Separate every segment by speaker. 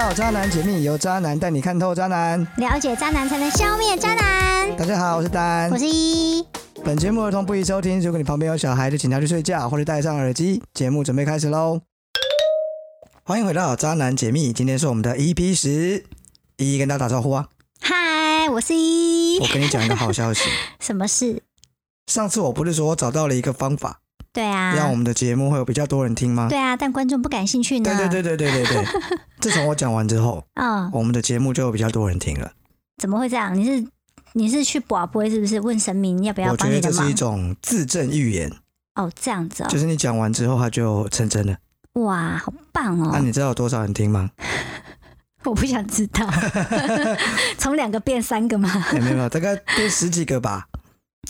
Speaker 1: 好，渣男解密由渣男带你看透渣男。
Speaker 2: 了解渣男才能消灭渣男。
Speaker 1: 大家好，我是丹
Speaker 2: 我。是一，
Speaker 1: 本节目儿童不宜收听，如果你旁边有小孩，就请他去睡觉或者戴上耳机。节目准备开始喽！欢迎回到《渣男解密》，今天是我们的 EP 十，一一跟大家打招呼啊！
Speaker 2: 嗨，我是一
Speaker 1: 我，跟你讲一个好消息，
Speaker 2: 什么事？
Speaker 1: 上次我不是说我找到了一个方法，
Speaker 2: 对啊，
Speaker 1: 让我们的节目会有比较多人听吗？
Speaker 2: 对啊，但观众不感兴趣呢。
Speaker 1: 对对对对对对对。 自从我讲完之后，
Speaker 2: 嗯，
Speaker 1: 我们的节目就有比较多人听了。
Speaker 2: 怎么会这样？你是你是去卜卜是不是？问神明要不要
Speaker 1: 我觉
Speaker 2: 帮你
Speaker 1: 得
Speaker 2: 的
Speaker 1: 这是
Speaker 2: 忙
Speaker 1: 一？种自证预言，
Speaker 2: 哦，这样子哦
Speaker 1: 就，是你讲完之后它就成真了。
Speaker 2: 哇，好棒哦！
Speaker 1: 那、啊你知道有多少人听 吗？
Speaker 2: 我不想知 道，从两个变三个吗？
Speaker 1: 有哎没有没有，大概第十几个吧。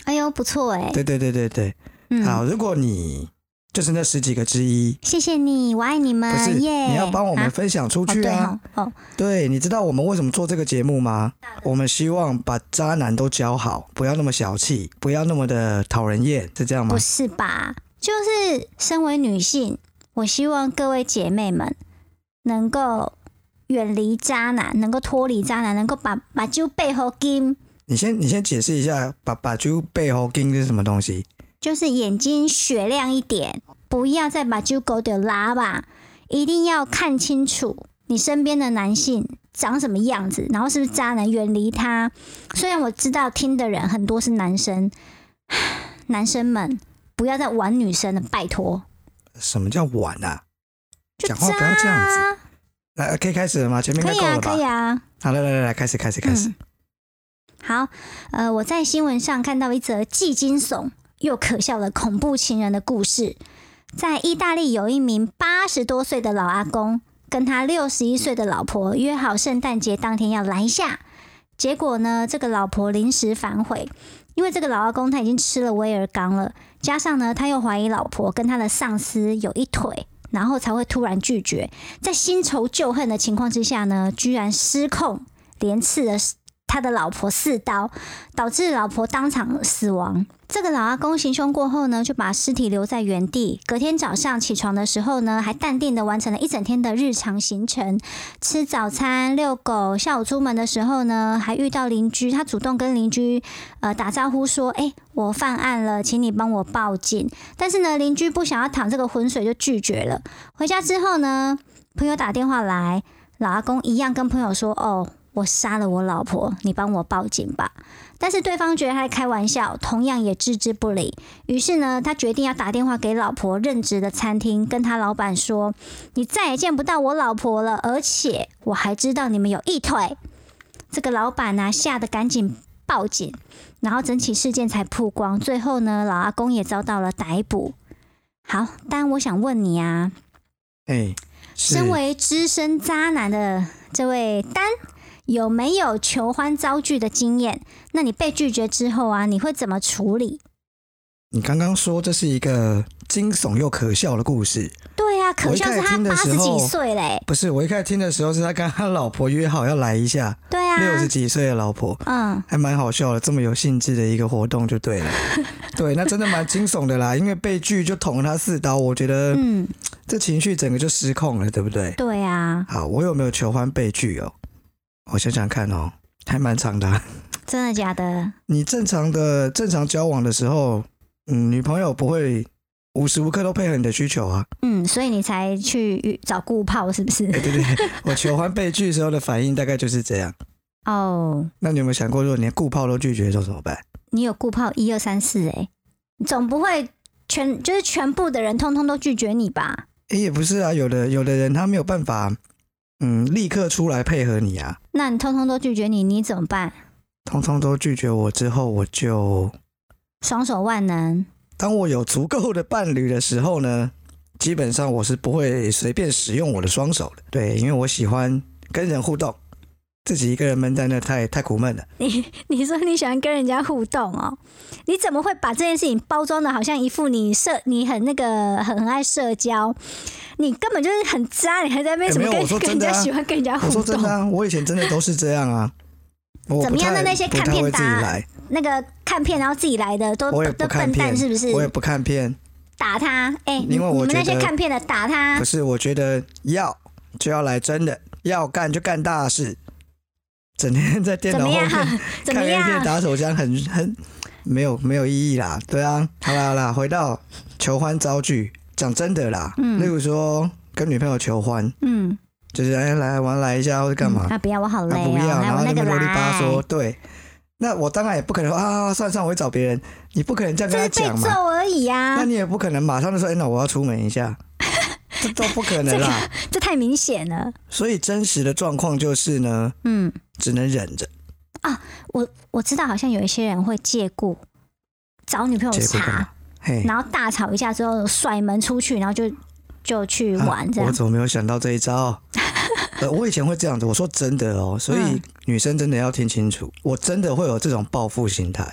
Speaker 2: 哎呦，不错哎，
Speaker 1: 对对对对对。
Speaker 2: 嗯，
Speaker 1: 好，如果你就是那十几个之一，
Speaker 2: 谢谢你，我爱你
Speaker 1: 不是
Speaker 2: 们，啊耶！
Speaker 1: 你要帮我们
Speaker 2: 啊
Speaker 1: 分享出
Speaker 2: 哦
Speaker 1: 去
Speaker 2: 对
Speaker 1: 啊。
Speaker 2: 哦，哦，
Speaker 1: 对，你知道我们为什么做这个节目吗？
Speaker 2: 嗯
Speaker 1: 我们希望把渣男都教好，不要那么小气，不要那么的讨人厌，是这样吗
Speaker 2: 不？是吧？就是身为女性，我希望各位姐妹们能够远离渣男，能够脱离渣男，能够把把酒背后金，
Speaker 1: 你先你先解释一下，把把猪背后钉是什么东西？
Speaker 2: 就是眼睛雪亮一点，不要再把酒狗丢拉吧，一定要看清楚你身边的男性。长什么样子，然后是不是渣男，远离他。虽然我知道听的人很多是男生， 男生们不要再玩女生了，拜托。
Speaker 1: 什么叫碗啊？
Speaker 2: 就
Speaker 1: 讲话不要这样子
Speaker 2: 渣啊
Speaker 1: 来，可以开始了吗？前面应
Speaker 2: 可
Speaker 1: 该够了
Speaker 2: 以啊，
Speaker 1: 吧？
Speaker 2: 可以啊，
Speaker 1: 好，来来来来，开始开始开始。
Speaker 2: 嗯。好，呃，我在新闻上看到一则既惊悚又可笑的恐怖情人的故事。在意大利，有一名八十多岁的老阿公跟他六十一岁的老婆约好圣诞节当天要来一下，结果呢，这个老婆临时反悔，因为这个老阿公他已经吃了威尔刚了，加上呢，他又怀疑老婆跟他的上司有一腿，然后才会突然拒绝。在新仇旧恨的情况之下呢，居然失控，连刺了他的老婆四刀，导致老婆当场死亡。这个老阿公行凶过后呢，就把尸体留在原地。隔天早上起床的时候呢，还淡定的完成了一整天的日常行程，吃早餐、遛狗。下午出门的时候呢，还遇到邻居，他主动跟邻居呃打招呼说：“哎、我犯案了，请你帮我报警。”但是呢，邻居不想要淌这个浑水，就拒绝了。回家之后呢，朋友打电话来，老阿公一样跟朋友说：“哦，我杀了我老婆，你帮我报警吧。”但是对方觉得他在开玩笑，同样也置之不理。于是呢，他决定要打电话给老婆任职的餐厅，跟他老板说：“你再也见不到我老婆了，而且我还知道你们有一腿。”这个老板呢、吓得赶紧报警，然后整起事件才曝光。最后呢，老阿公也遭到了逮捕。好，但我想问你啊，
Speaker 1: 哎、是
Speaker 2: 身为资深渣男的这位丹，有没有求欢遭拒的经验？那你被拒绝之后啊，你会怎么处理？
Speaker 1: 你刚刚说这是一个惊悚又可笑的故事，
Speaker 2: 对啊，
Speaker 1: 我
Speaker 2: 可
Speaker 1: 一
Speaker 2: 笑
Speaker 1: 开
Speaker 2: 是
Speaker 1: 始
Speaker 2: 他
Speaker 1: 听的
Speaker 2: 八
Speaker 1: 时
Speaker 2: 十
Speaker 1: 候
Speaker 2: 几岁嘞，
Speaker 1: 不是？我一开始听的时候是他跟他老婆约好要来一下，
Speaker 2: 对啊，
Speaker 1: 六十几岁的老婆，
Speaker 2: 嗯，
Speaker 1: 还蛮好笑的，这么有兴致的一个活动就对了。对，那真的蛮惊悚的啦，因为被拒就捅了他四刀，我觉得
Speaker 2: 嗯，
Speaker 1: 这情绪整个就失控了，对不对？
Speaker 2: 对啊，
Speaker 1: 好，我有没有求欢被拒哦？我想想看哦，还蛮长的啊、
Speaker 2: 真的假的？
Speaker 1: 你正常的正常交往的时候，嗯，女朋友不会无时无刻都配合你的需求啊。
Speaker 2: 嗯，所以你才去找顾炮是不
Speaker 1: 哎、
Speaker 2: 是？
Speaker 1: 对对对，我求欢被拒时候的反应大概就是这样。
Speaker 2: 哦，
Speaker 1: 那你有没有想过，如果你连顾炮都拒绝的时候怎么办？
Speaker 2: 你有顾炮一二三四哎，总不会全就是全部的人通通都拒绝你吧？
Speaker 1: 哎、也不是啊，有的有的人他没有办法，嗯，立刻出来配合你啊。
Speaker 2: 那你通通都拒绝你，你怎么办？
Speaker 1: 通通都拒绝我之后，我就
Speaker 2: 双手万能，
Speaker 1: 当我有足够的伴侣的时候呢，基本上我是不会随便使用我的双手的。对，因为我喜欢跟人互动，自己一个人闷在那太太苦闷了。
Speaker 2: 你说你喜欢跟人家互动哦？你怎么会把这件事情包装的好像一副你社你很那个很很爱社交，你根本就是很渣，你还在那边
Speaker 1: 哎
Speaker 2: 什么
Speaker 1: 没有
Speaker 2: 跟、
Speaker 1: 我说
Speaker 2: 跟人
Speaker 1: 真的
Speaker 2: 家
Speaker 1: 啊
Speaker 2: 喜欢跟人家
Speaker 1: 我
Speaker 2: 互
Speaker 1: 说
Speaker 2: 动
Speaker 1: 真？的、啊，我以前真的都是这样啊。我
Speaker 2: 怎么样
Speaker 1: 不太
Speaker 2: 的那些
Speaker 1: 不
Speaker 2: 看
Speaker 1: 太
Speaker 2: 片
Speaker 1: 会自己
Speaker 2: 打
Speaker 1: 来，
Speaker 2: 那个看片然后自己来嗯的都
Speaker 1: 我也
Speaker 2: 都
Speaker 1: 不看
Speaker 2: 笨蛋
Speaker 1: 片，
Speaker 2: 是不是？
Speaker 1: 我也不看片，
Speaker 2: 打他！哎、你
Speaker 1: 因为我
Speaker 2: 你们那
Speaker 1: 觉
Speaker 2: 些
Speaker 1: 得
Speaker 2: 看片的打他
Speaker 1: 可，是我觉得要就要来真的，要干就干大事，整天在电
Speaker 2: 怎
Speaker 1: 脑
Speaker 2: 么
Speaker 1: 后
Speaker 2: 样
Speaker 1: 面？
Speaker 2: 怎么
Speaker 1: 看 A 片
Speaker 2: 样？
Speaker 1: 打手枪很 很没有没有意义啦，对啊，好啦好啦，回到求欢遭拒，讲真的啦，
Speaker 2: 嗯
Speaker 1: 例如说跟女朋友求欢，
Speaker 2: 嗯，
Speaker 1: 就是哎来玩来一下或者干嘛，
Speaker 2: 啊，不要，我好累
Speaker 1: 啊不
Speaker 2: 哦，
Speaker 1: 要，
Speaker 2: 来
Speaker 1: 然
Speaker 2: 我
Speaker 1: 后
Speaker 2: 那
Speaker 1: 边
Speaker 2: 个
Speaker 1: 啰里吧
Speaker 2: 来，
Speaker 1: 嗦，对。那我当然也不可能说啊，算了算了，我会找别人，你不可能这样跟
Speaker 2: 这
Speaker 1: 他
Speaker 2: 是被
Speaker 1: 讲嘛，
Speaker 2: 揍而已
Speaker 1: 那
Speaker 2: 啊，
Speaker 1: 你也不可能马上就说，哎、那我要出门一 下，这都不可能啦。
Speaker 2: 这太明显了。
Speaker 1: 所以真实的状况就是呢，
Speaker 2: 嗯，
Speaker 1: 只能忍着。
Speaker 2: 我知道好像有一些人会借故找女朋友
Speaker 1: 结果干嘛哎
Speaker 2: 茬，
Speaker 1: 嘿，
Speaker 2: 然后大吵一架之后甩门出去，然后就就去
Speaker 1: 啊
Speaker 2: 玩这样
Speaker 1: 我。怎么没有想到这一 招？呃，我以前会这样子，我说真的哦，所以
Speaker 2: 嗯
Speaker 1: 女生真的要听清楚，我真的会有这种报复心态，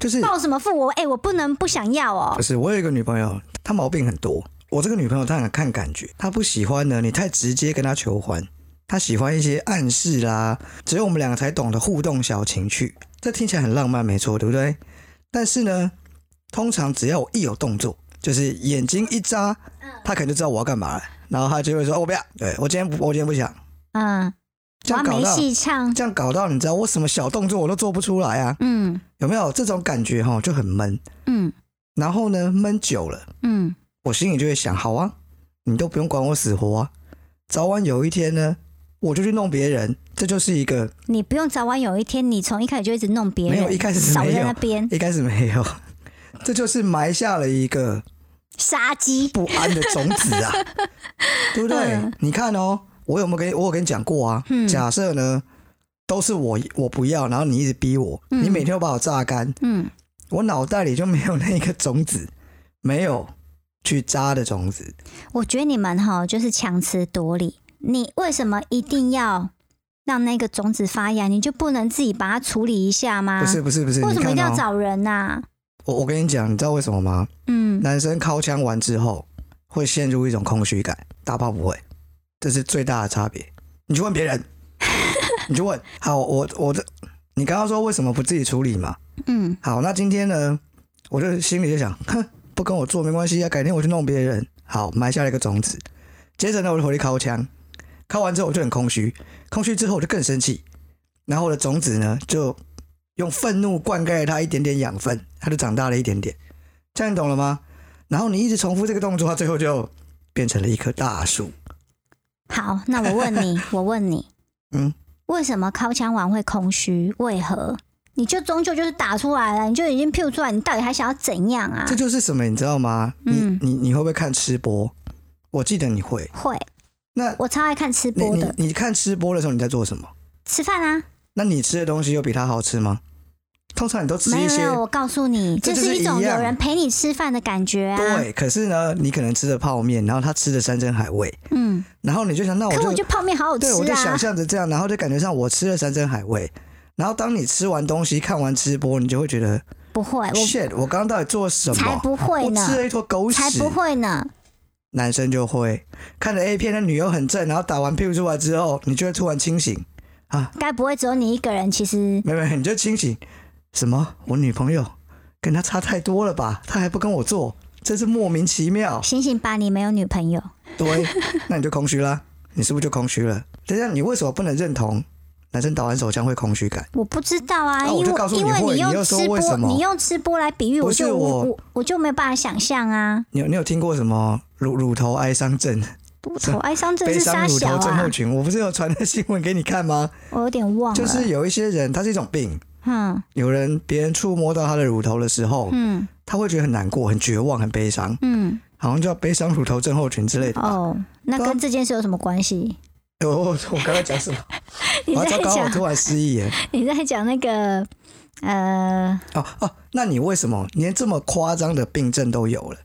Speaker 1: 就是
Speaker 2: 报什么复我？哎、我不能不想要哦
Speaker 1: 不。是我有一个女朋友，她毛病很多，我这个女朋友她很看感觉，她不喜欢呢，你太直接跟她求欢，她喜欢一些暗示啦，只有我们两个才懂得互动小情趣，这听起来很浪漫，没错，对不对？但是呢，通常只要我一有动作，就是眼睛一眨，
Speaker 2: 嗯
Speaker 1: 她可能就知道我要干嘛了，然后她就会说：“哦，我不要，对我今天不，我今天不想。
Speaker 2: 嗯，”
Speaker 1: 这
Speaker 2: 我
Speaker 1: 样
Speaker 2: 要
Speaker 1: 搞
Speaker 2: 没
Speaker 1: 到，
Speaker 2: 戏唱。
Speaker 1: 这样搞到，你知道我什么小动作我都做不出来啊？
Speaker 2: 嗯
Speaker 1: 有没有这种感觉哈？就很闷，
Speaker 2: 嗯
Speaker 1: 然后呢，闷久了。
Speaker 2: 嗯
Speaker 1: 我心里就会想：好啊，你都不用管我死活啊，早晚有一天呢，我就去弄别人。这就是一个
Speaker 2: 你不用早晚有一天，你从一开始就一直弄别人，
Speaker 1: 没有一开始
Speaker 2: 少
Speaker 1: 没
Speaker 2: 在那
Speaker 1: 有，
Speaker 2: 边
Speaker 1: 一开始没有，这就是埋下了一个
Speaker 2: 杀鸡。
Speaker 1: 不安的种子 啊，对不对？
Speaker 2: 嗯
Speaker 1: 你看哦，我有没有跟你我有跟你讲过啊？
Speaker 2: 嗯
Speaker 1: 假设呢，都是我我不要，然后你一直逼我，
Speaker 2: 嗯
Speaker 1: 你每天都把我榨干，
Speaker 2: 嗯
Speaker 1: 我脑袋里就没有那个种子，没有去扎的种子。
Speaker 2: 我觉得你们哈就是强词夺理。你为什么一定要让那个种子发芽？你就不能自己把它处理一下吗？
Speaker 1: 不是不是不是，
Speaker 2: 啊为
Speaker 1: 你
Speaker 2: 什么
Speaker 1: 看
Speaker 2: 一定要
Speaker 1: 哦，
Speaker 2: 找人呐、
Speaker 1: 我我跟你讲，你知道为什么吗？
Speaker 2: 嗯，
Speaker 1: 男生掏枪完之后会陷入一种空虚感，大炮不会，这是最大的差别。你去问别人，你去问。好，我我这，你刚刚说为什么不自己处理嘛？
Speaker 2: 嗯
Speaker 1: 好，那今天呢，我就心里就想，哼，不跟我做没关系啊，改天我去弄别人。好，埋下了一个种子。接着呢，我就回去掏枪，掏完之后我就很空虚，空虚之后我就更生气，然后我的种子呢就用愤怒灌溉了它一点点养分，它就长大了一点点。这样你懂了吗？然后你一直重复这个动作，它最后就变成了一棵大树。
Speaker 2: 好，那我问你，我问你，
Speaker 1: 嗯，
Speaker 2: 为什么靠枪王会空虚？为何？你就终究就是打出来了，你就已经 Q 出来，你到底还想要怎样啊
Speaker 1: 这？就是什么，你知道吗？
Speaker 2: 嗯
Speaker 1: 你你你会不会看吃播？我记得你会。
Speaker 2: 会，
Speaker 1: 那
Speaker 2: 我超爱看吃
Speaker 1: 你
Speaker 2: 播
Speaker 1: 你
Speaker 2: 的，
Speaker 1: 你看吃播的时候你在做什么？
Speaker 2: 吃饭啊，
Speaker 1: 那你吃的东西有比它好吃吗？通常你都吃
Speaker 2: 没
Speaker 1: 一
Speaker 2: 有没
Speaker 1: 些
Speaker 2: 有，我告诉你，
Speaker 1: 这
Speaker 2: 这
Speaker 1: 就是
Speaker 2: 是一种
Speaker 1: 一样
Speaker 2: 有人陪你吃饭的感觉啊。
Speaker 1: 对，可是呢，你可能吃的泡面，然后他吃的山珍海味，
Speaker 2: 嗯，
Speaker 1: 然后你就想，那我
Speaker 2: 可
Speaker 1: 就
Speaker 2: 我觉得泡面好好吃
Speaker 1: 对我就想
Speaker 2: 啊。
Speaker 1: 象着这样，然后就感觉上我吃了山珍海味，然后当你吃完东西、看完吃播，你就会觉得
Speaker 2: 不会，我
Speaker 1: shit，我刚刚到底做了什
Speaker 2: 才
Speaker 1: 么？
Speaker 2: 不会
Speaker 1: 我
Speaker 2: 呢，
Speaker 1: 吃了一坨狗
Speaker 2: 才
Speaker 1: 屎
Speaker 2: 不。会呢。
Speaker 1: 男生就会看着 A 片，那女优很正，然后打完屁股出来之后，你就会突然清醒，
Speaker 2: 该不会只有你一个人？其实
Speaker 1: 没有没有，你就清醒。什么？我女朋友跟她差太多了吧？她还不跟我做，真是莫名其妙。
Speaker 2: 醒醒吧，你没有女朋友。
Speaker 1: 对， 那你就空虚啦，你是不是就空虚了？等一下，你为什么不能认同男生打完手枪会空虚感？
Speaker 2: 我不知道啊，
Speaker 1: 啊我
Speaker 2: 因
Speaker 1: 就
Speaker 2: 为
Speaker 1: 告诉你
Speaker 2: 因为
Speaker 1: 会你又
Speaker 2: 用
Speaker 1: 说
Speaker 2: 吃
Speaker 1: 为什
Speaker 2: 播，
Speaker 1: 么
Speaker 2: 你用吃播来比喻，
Speaker 1: 不
Speaker 2: 我
Speaker 1: 是
Speaker 2: 就
Speaker 1: 我
Speaker 2: 我我就没有办法想象啊。
Speaker 1: 你有你有听过什么乳乳头哀伤症、
Speaker 2: 乳 头哀伤症
Speaker 1: 悲
Speaker 2: 是
Speaker 1: 伤
Speaker 2: 沙
Speaker 1: 乳
Speaker 2: 小
Speaker 1: 头症候
Speaker 2: 啊，
Speaker 1: 群？我不是有传的新闻给你看吗？
Speaker 2: 我有点 忘了。
Speaker 1: 就是有一些人，他是一种病，
Speaker 2: 嗯
Speaker 1: 有人别人触摸到他的乳头的时候，
Speaker 2: 嗯
Speaker 1: 他会觉得很难过、很绝望、很悲伤，
Speaker 2: 嗯，
Speaker 1: 好像叫悲伤乳头症候群之类的。
Speaker 2: 哦，那
Speaker 1: 对啊
Speaker 2: 跟这件事有什么关系？
Speaker 1: 哎 我我我刚才讲什么？
Speaker 2: 你
Speaker 1: 啊
Speaker 2: 在
Speaker 1: 糟糕，我
Speaker 2: 讲
Speaker 1: 突然失忆耶！
Speaker 2: 你在讲那个呃，
Speaker 1: 哦哦，那你为什么连这么夸张的病症都有了？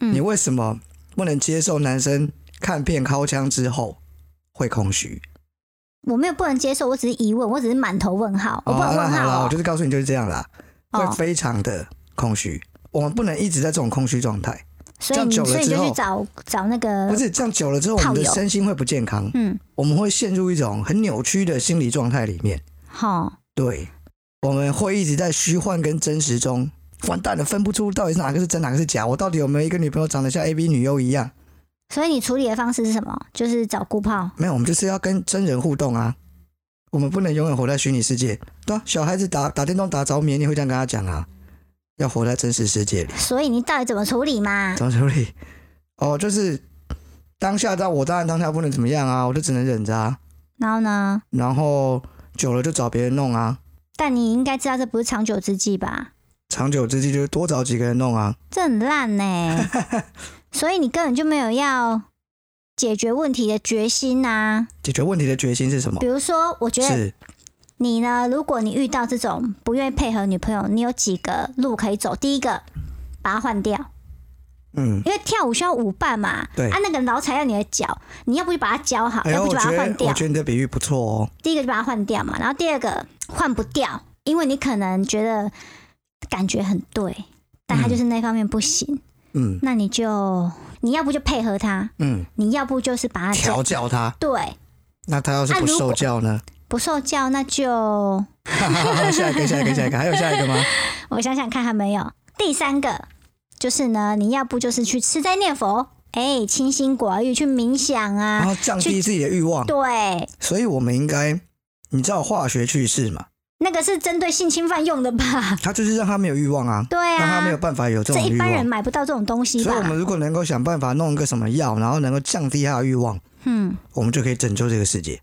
Speaker 2: 嗯
Speaker 1: 你为什么不能接受男生看片掏枪之后会空虚？
Speaker 2: 我没有不能接受，我只是疑问，我只是满头问号，我不能
Speaker 1: 那
Speaker 2: 问
Speaker 1: 好啦，
Speaker 2: 号
Speaker 1: 我
Speaker 2: 哦。
Speaker 1: 就是告诉你就是这样啦，会
Speaker 2: 哦，
Speaker 1: 非常的空虚。我们不能一直在这种空虚状态，
Speaker 2: 所以
Speaker 1: 样
Speaker 2: 你
Speaker 1: 久了
Speaker 2: 所以你
Speaker 1: 之
Speaker 2: 就
Speaker 1: 后
Speaker 2: 去找找那
Speaker 1: 不
Speaker 2: 个
Speaker 1: 是这样久了之后，我们的
Speaker 2: 呃炮友
Speaker 1: 身心会不健康，
Speaker 2: 嗯，
Speaker 1: 我们会陷入一种很扭曲的心理状态里面。
Speaker 2: 好，
Speaker 1: 对，我们会一直在虚幻跟真实中，完蛋了，分不出到底是哪个是真，哪个是假。我到底有没有一个女朋友长得像 A B 女优一样？
Speaker 2: 所以你处理的方式是什么？就是找姑炮。
Speaker 1: 没有，我们就是要跟真人互动啊，我们不能永远活在虚拟世界。对啊，小孩子打打电动打着迷，你会这样跟他讲啊，要活在真实世界里。
Speaker 2: 所以你到底怎么处理嘛？
Speaker 1: 怎么处理？ 哦，就是当下，但我当然当下不能怎么样啊，我就只能忍着啊。
Speaker 2: 然后呢？
Speaker 1: 然后久了就找别人弄啊，
Speaker 2: 但你应该知道这不是长久之计吧？
Speaker 1: 长久之计就是多找几个人弄啊。
Speaker 2: 这很烂呢、 所以你根本就没有要解决问题的决心呐、
Speaker 1: 解决问题的决心是什么
Speaker 2: 比？如说，我觉得
Speaker 1: 是
Speaker 2: 你呢，如果你遇到这种不愿意配合女朋友，你有几个路可以走。第一个，把它换掉，
Speaker 1: 嗯，
Speaker 2: 因为跳舞需要舞伴嘛。
Speaker 1: 对
Speaker 2: 啊，那个老踩到你的脚，你要不就把它教好，
Speaker 1: 哎
Speaker 2: 要
Speaker 1: 呦，
Speaker 2: 不
Speaker 1: 我
Speaker 2: 就把
Speaker 1: 觉
Speaker 2: 它换
Speaker 1: 得
Speaker 2: 掉
Speaker 1: 我。觉得你的比喻不错哦。
Speaker 2: 第一个就把它换掉嘛，然后第二个换不掉，因为你可能觉得感觉很对，但他就是那方面不行，
Speaker 1: 嗯
Speaker 2: 那你就你要不就配合他，
Speaker 1: 嗯，
Speaker 2: 你要不就是把他
Speaker 1: 调教他，
Speaker 2: 对
Speaker 1: 那他要是
Speaker 2: 啊
Speaker 1: 不
Speaker 2: 如
Speaker 1: 受
Speaker 2: 果
Speaker 1: 教呢？
Speaker 2: 不受教，那就
Speaker 1: 下一个，下一个，下一 个，还有下一个吗？
Speaker 2: 我想想看还没有。第三个就是呢，你要不就是去吃斋念佛，哎，清心寡欲去冥想
Speaker 1: 然
Speaker 2: 啊，
Speaker 1: 后降低自己的欲望，
Speaker 2: 对，
Speaker 1: 所以我们应该，你知道化学去世嘛？
Speaker 2: 那个是针对性侵犯用的吧？
Speaker 1: 它就是让他没有欲望啊，
Speaker 2: 对
Speaker 1: 让他没
Speaker 2: 啊
Speaker 1: 有，办法有这
Speaker 2: 这
Speaker 1: 种
Speaker 2: 一
Speaker 1: 欲
Speaker 2: 般人
Speaker 1: 望。
Speaker 2: 买不到这种东西
Speaker 1: 所以，我
Speaker 2: 吧？
Speaker 1: 们如果能够想办法弄一个什么药，然后能够降低他的欲望，
Speaker 2: 嗯。
Speaker 1: 我们就可以拯救这个世 界。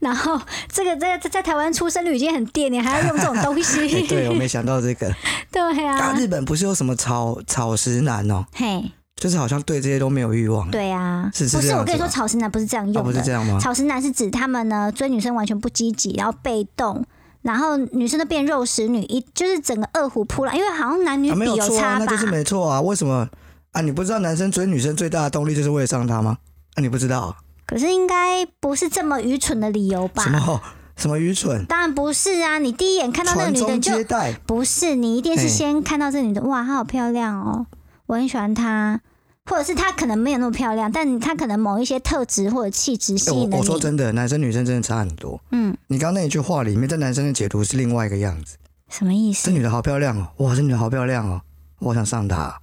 Speaker 2: 然后这个在在在台湾出生率已经很低，你还要用这种东
Speaker 1: 哎
Speaker 2: 西？
Speaker 1: 对，我没想到这个。
Speaker 2: 对
Speaker 1: 啊，
Speaker 2: 啊，
Speaker 1: 日本不是有什么草草食男哦，
Speaker 2: 嘿，
Speaker 1: 就是好像对这些都没有欲望。
Speaker 2: 对啊，
Speaker 1: 是是
Speaker 2: 不
Speaker 1: 这
Speaker 2: 是
Speaker 1: 样
Speaker 2: 我跟你
Speaker 1: 子
Speaker 2: 说，
Speaker 1: 吗
Speaker 2: 草食男不是这样
Speaker 1: 哦，
Speaker 2: 用
Speaker 1: 不
Speaker 2: 的。
Speaker 1: 是这样吗？
Speaker 2: 草食男是指他们呢追女生完全不积极，然后被动，然后女生都变肉食女，一就是整个二虎扑了，因为好像男女
Speaker 1: 啊，没
Speaker 2: 比
Speaker 1: 有错啊，
Speaker 2: 差
Speaker 1: 那
Speaker 2: 吧
Speaker 1: 就？是没错啊。为什么啊？你不知道男生追女生最大的动力就是为了上她吗？啊，你不知道啊
Speaker 2: 可是应该不是这么愚蠢的理由吧
Speaker 1: 什？么 什么愚蠢，
Speaker 2: 当然不是啊！你第一眼看到那个
Speaker 1: 传
Speaker 2: 女的
Speaker 1: 宗
Speaker 2: 你就
Speaker 1: 接代。
Speaker 2: 不是，你一定是
Speaker 1: 嘿
Speaker 2: 先看到这女的，哇，她好漂亮哦，我很喜欢她，或者是她可能没有那么漂亮，但她可能某一些特质或者气质吸
Speaker 1: 哎我
Speaker 2: 引了
Speaker 1: 我
Speaker 2: 你。
Speaker 1: 说真的，男生女生真的差很多。
Speaker 2: 嗯，
Speaker 1: 你刚刚那一句话里面，在男生的解读是另外一个样子。
Speaker 2: 什么意
Speaker 1: 这
Speaker 2: 思？
Speaker 1: 女的好漂亮哦，哇，这女的好漂亮哦，我想上 她。啊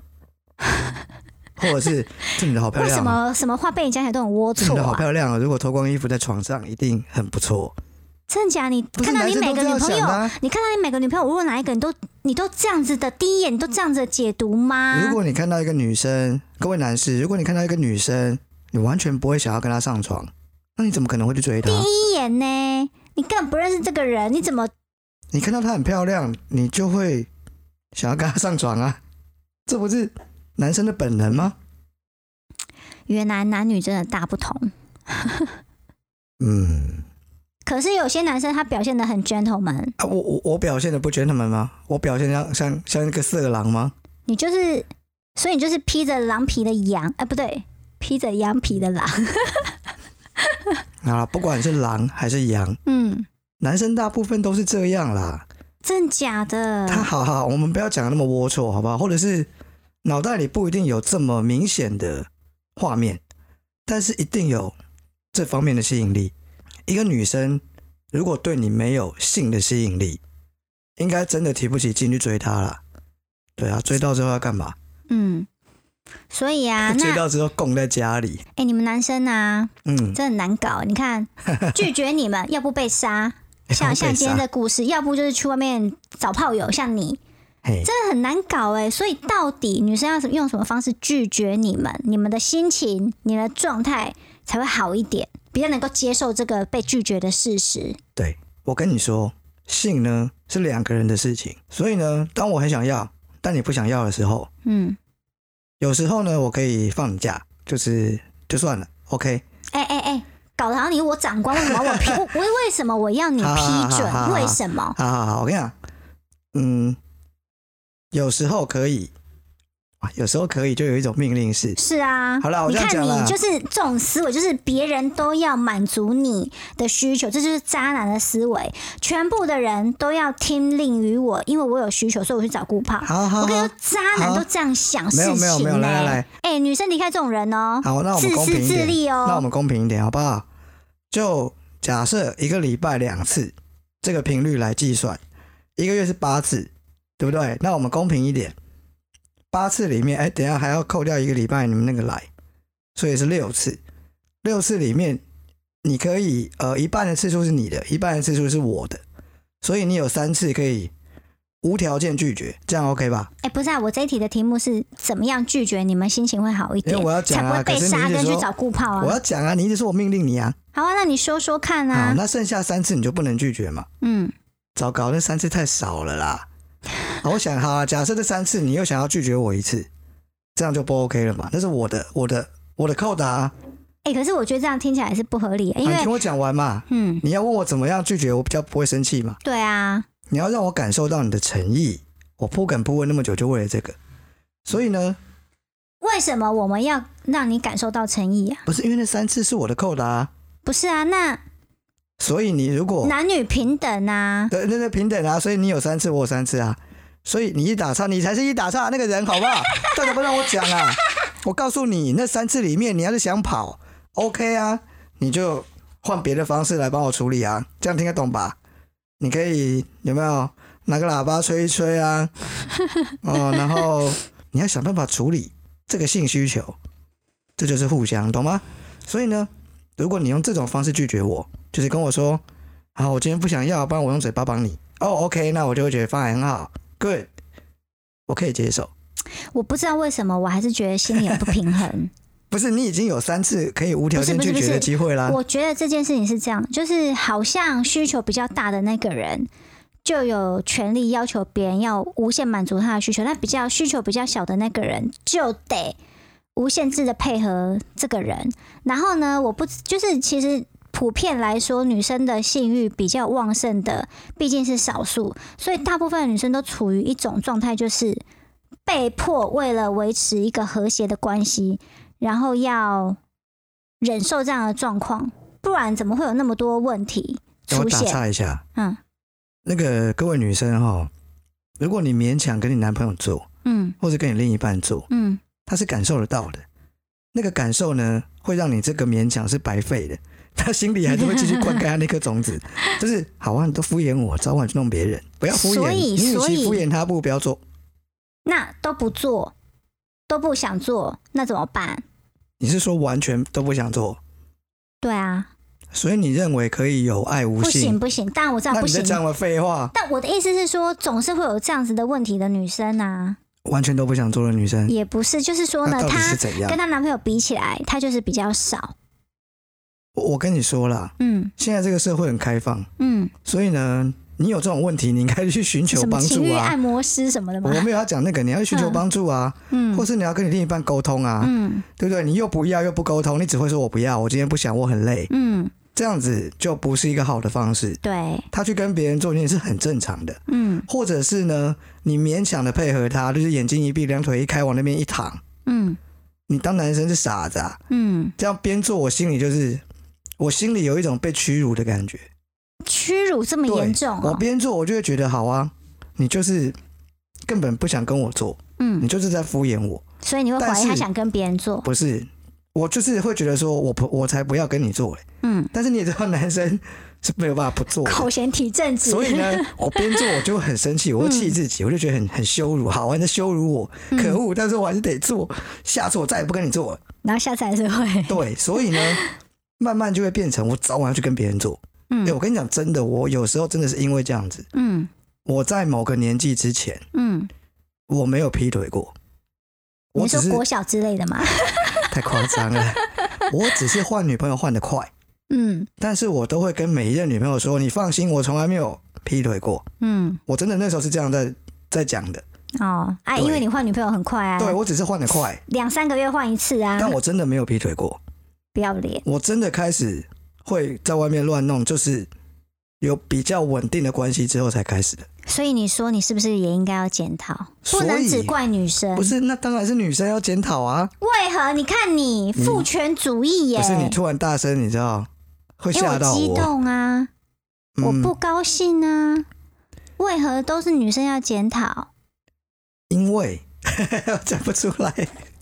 Speaker 1: 或者是这女的好漂
Speaker 2: 为什
Speaker 1: 亮、哦，
Speaker 2: 么什么话被你讲起来都很龌
Speaker 1: 这女
Speaker 2: 龊
Speaker 1: 的好
Speaker 2: 啊？
Speaker 1: 漂亮哦，如果脱光衣服在床上，一定很不错。
Speaker 2: 真的假的？你
Speaker 1: 不是
Speaker 2: 看到你每个女
Speaker 1: 男生都
Speaker 2: 朋
Speaker 1: 这样想
Speaker 2: 友，
Speaker 1: 的啊
Speaker 2: 你看到你每个女朋友，无论哪一个，你都你都这样子的，第一眼你都这样子的解读
Speaker 1: 如
Speaker 2: 吗？
Speaker 1: 果你看到一个女生，各位男士，如果你看到一个女生，你完全不会想要跟她上床，那你怎么可能会去追她？
Speaker 2: 第一眼呢，你根本不认识这个人，你怎么？
Speaker 1: 你看到她很漂亮，你就会想要跟她上床啊？这不是男生的本能吗？
Speaker 2: 原来男女真的大不同。
Speaker 1: 嗯，
Speaker 2: 可是有些男生他表现的很 gentleman，
Speaker 1: 啊，我我我表现的不 gentleman 吗？我表现得像像像一个色狼吗？
Speaker 2: 你就是，所以你就是披着狼皮的羊，哎、不对，披着羊皮的狼。
Speaker 1: 啊，不管是狼还是羊，
Speaker 2: 嗯，
Speaker 1: 男生大部分都是这样啦。
Speaker 2: 真假的？
Speaker 1: 他好好，我们不要讲得那么龌龊，好不好？或者是脑袋里不一定有这么明显的画面，但是一定有这方面的吸引力。一个女生如果对你没有性的吸引力，应该真的提不起劲去追她啦。对啊，追到之后要干嘛？
Speaker 2: 嗯，所以啊，那
Speaker 1: 追
Speaker 2: 哎、
Speaker 1: 到之后供在家里，
Speaker 2: 你们男生啊，
Speaker 1: 嗯，
Speaker 2: 真的很难搞。你 看，拒绝你们，要不被杀， 像像今天
Speaker 1: 的，
Speaker 2: 的故事，要不就是去外面找炮友，像你，
Speaker 1: 嘿
Speaker 2: 真的很难搞哎、所以到底女生要什么用什么方式拒绝你们？你们的心情、你的状态才会好一点，比较能够接受这个被拒绝的事实。
Speaker 1: 对，我跟你说，性呢是两个人的事情，所以呢，当我很想要，但你不想要的时候，
Speaker 2: 嗯。
Speaker 1: 有时候呢，我可以放你假，就是就算了，OK。
Speaker 2: 哎哎哎，搞得好像你我长官，为什么我 批我为为什么我要你批
Speaker 1: 好好好
Speaker 2: 准？
Speaker 1: 好
Speaker 2: 为什么？
Speaker 1: 好好好，我跟你讲，嗯，有时候可以，啊有时候可以，就有一种命令式。
Speaker 2: 是啊，
Speaker 1: 好啦我
Speaker 2: 你
Speaker 1: 这样
Speaker 2: 看
Speaker 1: 讲啦
Speaker 2: 你就是这种思维，就是别人都要满足你的需求，这就是渣男的思维。全部的人都要听令于我，因为我有需求，所以我去找顾胖。
Speaker 1: 好好
Speaker 2: 我跟你
Speaker 1: 好
Speaker 2: 说，，渣男
Speaker 1: 好
Speaker 2: 都这样想事
Speaker 1: 没
Speaker 2: 情
Speaker 1: 有
Speaker 2: 呢、
Speaker 1: 没有没有，来来来，
Speaker 2: 哎、女生离开这种人哦、
Speaker 1: 好，那我们
Speaker 2: 自
Speaker 1: 公平
Speaker 2: 私
Speaker 1: 一
Speaker 2: 自
Speaker 1: 点，
Speaker 2: 利
Speaker 1: 那我
Speaker 2: 哦、
Speaker 1: 们公平一点好不好？就假设一个礼拜两次这个频率来计算，一个月是八次，对不对？那我们公平一点，八次里面，哎，等一下还要扣掉一个礼拜你们那个来，所以是六次。六次里面，你可以呃一半的次数是你的，一半的次数是我的，所以你有三次可以无条件拒绝，这样 OK 吧？
Speaker 2: 哎，不是啊，我这一题的题目是怎么样拒绝你们心情会好一点，
Speaker 1: 因为我要讲
Speaker 2: 才不
Speaker 1: 啊
Speaker 2: 会被
Speaker 1: 可是你
Speaker 2: 杀
Speaker 1: 一直
Speaker 2: 跟去
Speaker 1: 说
Speaker 2: 找顾炮
Speaker 1: 我
Speaker 2: 啊。
Speaker 1: 要讲啊，你一直说我命令你啊，
Speaker 2: 好啊，那你说说看
Speaker 1: 好，
Speaker 2: 啊。
Speaker 1: 那剩下三次你就不能拒绝嘛？
Speaker 2: 嗯，
Speaker 1: 糟糕，那三次太少了啦。好，我想好啊，假设这三次你又想要拒绝我一次，这样就不 OK 了嘛？那是我的，我的，我的扣打、啊。
Speaker 2: 哎，可是我觉得这样听起来是不合理的，因
Speaker 1: 啊你
Speaker 2: 为
Speaker 1: 听我讲完嘛。
Speaker 2: 嗯，
Speaker 1: 你要问我怎么样拒绝，我比较不会生气嘛。
Speaker 2: 对啊，
Speaker 1: 你要让我感受到你的诚意，我不敢不问那么久，就为了这个。所以呢，
Speaker 2: 为什么我们要让你感受到诚意啊？
Speaker 1: 不是因为那三次是我的扣打、啊，
Speaker 2: 不是啊，那
Speaker 1: 哦所以你如果
Speaker 2: 男女平等啊，
Speaker 1: 对那那平等啊，所以你有三次，我有三次啊，所以你一打岔，你才是一打岔那个人，好不好？大家不让我讲啊！我告诉你，那三次里面，你要是想跑，OK 啊，你就换别的方式来帮我处理啊，这样听得懂吧？你可以有没有拿个喇叭吹一吹啊？哦，然后你要想办法处理这个性需求，这就是互相，懂吗？所以呢，如果你用这种方式拒绝我，就是跟我说。好，我今天不想要，不然我用嘴巴帮你。哦、o k 那我就会觉得方案很好，Good，我可以接受。
Speaker 2: 我不知道为什么，我还是觉得心里很不平衡。
Speaker 1: 不是你已经有三次可以无条件
Speaker 2: 不是
Speaker 1: 拒
Speaker 2: 不是
Speaker 1: 绝的机会啦，
Speaker 2: 我觉得这件事情是这样，就是好像需求比较大的那个人就有权利要求别人要无限满足他的需求，但比较需求比较小的那个人就得无限制的配合这个人。然后呢，我不就是其实。普遍来说，女生的性欲比较旺盛的毕竟是少数，所以大部分的女生都处于一种状态，就是被迫为了维持一个和谐的关系，然后要忍受这样的状况，不然怎么会有那么多问题
Speaker 1: 我
Speaker 2: 出
Speaker 1: 打
Speaker 2: 现？
Speaker 1: 岔一下，
Speaker 2: 嗯
Speaker 1: 那个各位女生哈，如果你勉强跟你男朋友做，
Speaker 2: 嗯
Speaker 1: 或者跟你另一半做，
Speaker 2: 嗯，
Speaker 1: 他是感受得到的。那个感受呢，会让你这个勉强是白费的。他心里还是会继续灌溉他那颗种 子，就是好啊，你都敷衍我，早晚去弄别人，不要敷
Speaker 2: 所
Speaker 1: 衍。
Speaker 2: 以
Speaker 1: 你与
Speaker 2: 所
Speaker 1: 其
Speaker 2: 以
Speaker 1: 敷衍他，不如不要做。
Speaker 2: 那都不做，都不想做，那怎么办？
Speaker 1: 你是说完全都不想做？
Speaker 2: 对啊，
Speaker 1: 所以你认为可以有爱无
Speaker 2: 不行
Speaker 1: 性？
Speaker 2: 不行，当然我知道
Speaker 1: 那
Speaker 2: 不
Speaker 1: 你在
Speaker 2: 行。
Speaker 1: 讲我废话，
Speaker 2: 但我的意思是说，总是会有这样子的问题的女生啊，
Speaker 1: 完全都不想做的女生，
Speaker 2: 也不是，就是说
Speaker 1: 那
Speaker 2: 呢，
Speaker 1: 到底是
Speaker 2: 她
Speaker 1: 怎
Speaker 2: 跟
Speaker 1: 样？
Speaker 2: 她男朋友比起来，她就是比较少。
Speaker 1: 我我跟你说啦，
Speaker 2: 嗯
Speaker 1: 现在这个社会很开放，
Speaker 2: 嗯，
Speaker 1: 所以呢，你有这种问题，你应该去寻求
Speaker 2: 什么
Speaker 1: 帮
Speaker 2: 情
Speaker 1: 助
Speaker 2: 欲
Speaker 1: 啊
Speaker 2: 按。摩师什么的吗
Speaker 1: 我？没有要讲那个，你要去寻求
Speaker 2: 嗯
Speaker 1: 帮助啊，
Speaker 2: 嗯
Speaker 1: 或是你要跟你另一半沟通啊，
Speaker 2: 嗯
Speaker 1: 对不对？你又不要又不沟通，你只会说我不要，我今天不想，我很累，
Speaker 2: 嗯，
Speaker 1: 这样子就不是一个好的方式。
Speaker 2: 对，
Speaker 1: 他去跟别人做，你也是很正常的。
Speaker 2: 嗯
Speaker 1: 或者是呢，你勉强的配合他，就是眼睛一闭，两腿一开，往那边一躺，
Speaker 2: 嗯
Speaker 1: 你当男生是傻子啊？
Speaker 2: 嗯，
Speaker 1: 这样边做，我心里就是，我心里有一种被屈辱的感觉。
Speaker 2: 屈辱这么
Speaker 1: 对
Speaker 2: 严重、
Speaker 1: 我
Speaker 2: 哦？
Speaker 1: 边做，我就会觉得好啊，你就是根本不想跟我做，
Speaker 2: 嗯
Speaker 1: 你，就是在敷衍我。
Speaker 2: 所以你会怀疑
Speaker 1: 但
Speaker 2: 他
Speaker 1: 是
Speaker 2: 想跟别人做，
Speaker 1: 不是，我就是会觉得说我不，我才不要跟你做、欸。
Speaker 2: 嗯，
Speaker 1: 但是你也知道，男生是没有办法不做的。
Speaker 2: 口嫌体正直，
Speaker 1: 所以呢，我边做我就很生气，我会
Speaker 2: 嗯
Speaker 1: 气自己，我就觉得很很羞辱，好，你在羞辱我，可恶！但是我还是得做，下次我再也不跟你做了。
Speaker 2: 然后下次还是会，
Speaker 1: 对，所以呢，慢慢就会变成我早晚要去跟别人做。哎、
Speaker 2: 嗯
Speaker 1: 我跟你讲，真的，我有时候真的是因为这样子，
Speaker 2: 嗯
Speaker 1: 我在某个年纪之前，
Speaker 2: 嗯，
Speaker 1: 我没有劈腿过，我
Speaker 2: 你
Speaker 1: 只
Speaker 2: 说
Speaker 1: 是
Speaker 2: 国小之类的嘛，
Speaker 1: 太夸张了， 我只是换女朋友换的快，
Speaker 2: 嗯
Speaker 1: 但是我都会跟每一任女朋友说，你放心，我从来没有劈腿过，
Speaker 2: 嗯，
Speaker 1: 我真的那时候是这样在在讲的，嗯
Speaker 2: 哦，啊，
Speaker 1: 对
Speaker 2: 因为你换女朋友很快啊，
Speaker 1: 对我只是换的快，
Speaker 2: 两三个月换一次啊，
Speaker 1: 但我真的没有劈腿过，
Speaker 2: 不要脸，
Speaker 1: 我真的开始会在外面乱弄，就是有比较稳定的关系之后才开始的，
Speaker 2: 所以你说你是不是也应该要检讨，
Speaker 1: 所
Speaker 2: 不
Speaker 1: 以
Speaker 2: 能只怪女生，
Speaker 1: 不是，那当然是女生要检讨啊，
Speaker 2: 为何？你看你父权主义耶，
Speaker 1: 嗯不是你突然大声，你知道会
Speaker 2: 因为
Speaker 1: 吓到
Speaker 2: 激
Speaker 1: 我，嗯
Speaker 2: 动啊，我不高兴啊，为何都是女生要检讨？
Speaker 1: 因为 讲不出来。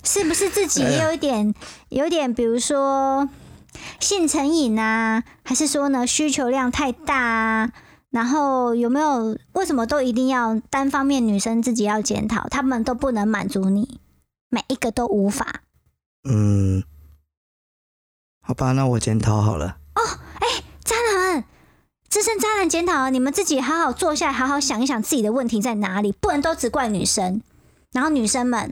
Speaker 2: 是不是自己也有一点，
Speaker 1: 哎
Speaker 2: 有一点，比如说性成瘾啊，还是说呢需求量太大啊？然后有没有为什么都一定要单方面女生自己要检讨，她们都不能满足你，每一个都无法？
Speaker 1: 嗯，好吧，那我检讨好了。
Speaker 2: 渣男，资深渣男检讨，你们自己好好坐下来，好好想一想自己的问题在哪里，不能都只怪女生。然后女生们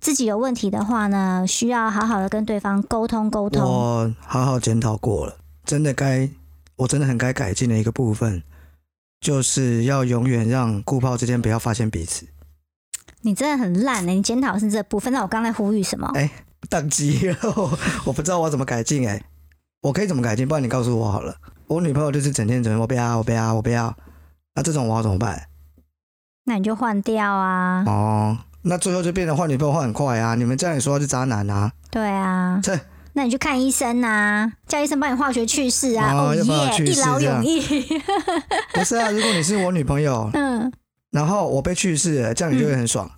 Speaker 2: 自己有问题的话呢，需要好好的跟对方沟通沟通。
Speaker 1: 我好好检讨过了，真的该，我真的很该改进的一个部分，就是要永远让顾炮之间不要发现彼此。
Speaker 2: 你真的很烂呢、欸你检讨的是这部分，那我刚才呼吁什么？
Speaker 1: 哎宕机了， 我我不知道我怎么改进哎、我可以怎么改进？不然你告诉我好了。我女朋友就是整天整天我不要我不要我不要，那这种我要怎么办？
Speaker 2: 那你就换掉啊。
Speaker 1: 哦，那最后就变成换女朋友换很快啊！你们这样也说她是渣男 啊？
Speaker 2: 对啊
Speaker 1: 这，
Speaker 2: 那你去看医生啊，叫医生帮你化学去世啊，
Speaker 1: 哦
Speaker 2: 哦
Speaker 1: 要帮我
Speaker 2: 耶，
Speaker 1: 去
Speaker 2: 一
Speaker 1: 世
Speaker 2: 劳
Speaker 1: 这
Speaker 2: 永
Speaker 1: 样
Speaker 2: 逸。
Speaker 1: 不是啊，如果你是我女朋友，
Speaker 2: 嗯，
Speaker 1: 然后我被去世了，这样你就会很爽？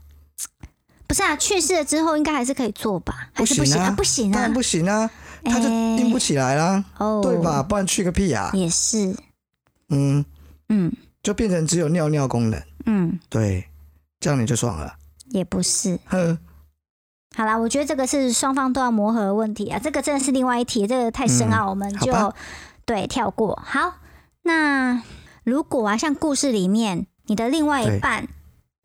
Speaker 2: 不是啊，去世了之后应该还是可以做吧？还是不
Speaker 1: 不行
Speaker 2: 行
Speaker 1: 啊
Speaker 2: 啊？不行
Speaker 1: 当
Speaker 2: 啊
Speaker 1: 然，不行啊，他就
Speaker 2: 哎
Speaker 1: 硬不起来啦，
Speaker 2: 哦，
Speaker 1: 对吧？？不然去个屁啊！
Speaker 2: 也是，
Speaker 1: 嗯，
Speaker 2: 嗯
Speaker 1: 就变成只有尿尿功能，
Speaker 2: 嗯，
Speaker 1: 对，这样你就爽了。
Speaker 2: 也不是。
Speaker 1: 哼，
Speaker 2: 好啦，我觉得这个是双方都要磨合的问题啊，这个真的是另外一题，这个太深奥，我们就
Speaker 1: 嗯好
Speaker 2: 对跳过。好，那如果啊，像故事里面你的另外一半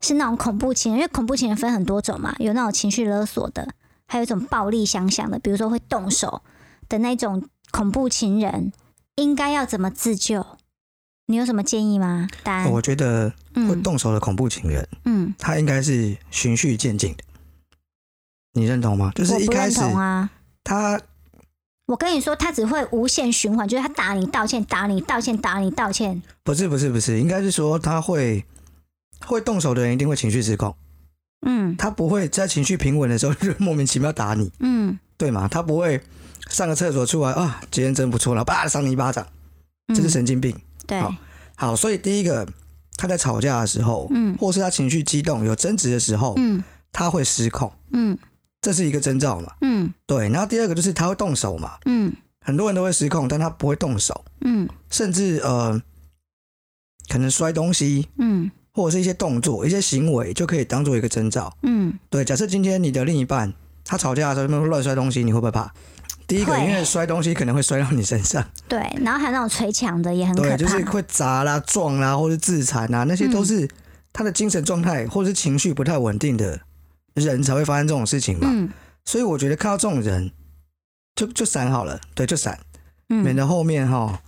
Speaker 2: 是那种恐怖情人，因为恐怖情人分很多种嘛，有那种情绪勒索的，还有一种暴力相向的，比如说会动手的那种恐怖情人，应该要怎么自救？你有什么建议吗？丹，
Speaker 1: 哦我觉得会
Speaker 2: 嗯
Speaker 1: 动手的恐怖情人。
Speaker 2: 哎嗯，
Speaker 1: 它应该是循序渐进的，你认同吗？就是
Speaker 2: 我
Speaker 1: 一
Speaker 2: 不
Speaker 1: 开
Speaker 2: 认
Speaker 1: 始
Speaker 2: 同啊。
Speaker 1: 他
Speaker 2: 我跟你说，他只会无限循环，就是他打你道歉，打你道歉，打你道歉。
Speaker 1: 不是不是不是，应该是说他会会动手的人一定会情绪失控，
Speaker 2: 嗯
Speaker 1: 他不会在情绪平稳的时候就莫名其妙打你，
Speaker 2: 嗯，
Speaker 1: 对吗？他不会上个厕所出来啊，今天真不错，然后啪扇你一巴掌，这是
Speaker 2: 嗯
Speaker 1: 神经病。
Speaker 2: 对，
Speaker 1: 好好，所以第一个他在吵架的时候，
Speaker 2: 嗯
Speaker 1: 或是他情绪激动有争执的时候，
Speaker 2: 嗯
Speaker 1: 他会失控，
Speaker 2: 嗯
Speaker 1: 这是一个征兆嘛？
Speaker 2: 嗯
Speaker 1: 对，然后第二个就是他会动手嘛，
Speaker 2: 嗯
Speaker 1: 很多人都会失控，但他不会动手。
Speaker 2: 嗯
Speaker 1: 甚至呃，可能摔东西
Speaker 2: 嗯
Speaker 1: 或者是一些动作、一些行为，就可以当做一个征兆。
Speaker 2: 嗯，
Speaker 1: 对，假设今天你的另一半他吵架的时候，他们乱摔东西，你会不会怕？第一个，
Speaker 2: 会
Speaker 1: 因为摔东西可能会摔到你身上，
Speaker 2: 对。然后还有那种捶墙的也很可
Speaker 1: 对，
Speaker 2: 怕，嗯
Speaker 1: 就是会砸啦、撞啦，或是自残啊啦，那些都是他的精神状态或者是情绪不太稳定的人才会发生这种事情嘛。
Speaker 2: 嗯
Speaker 1: 所以我觉得看到这种人，就就闪好了，对，就闪，免
Speaker 2: 嗯，
Speaker 1: 得后面哈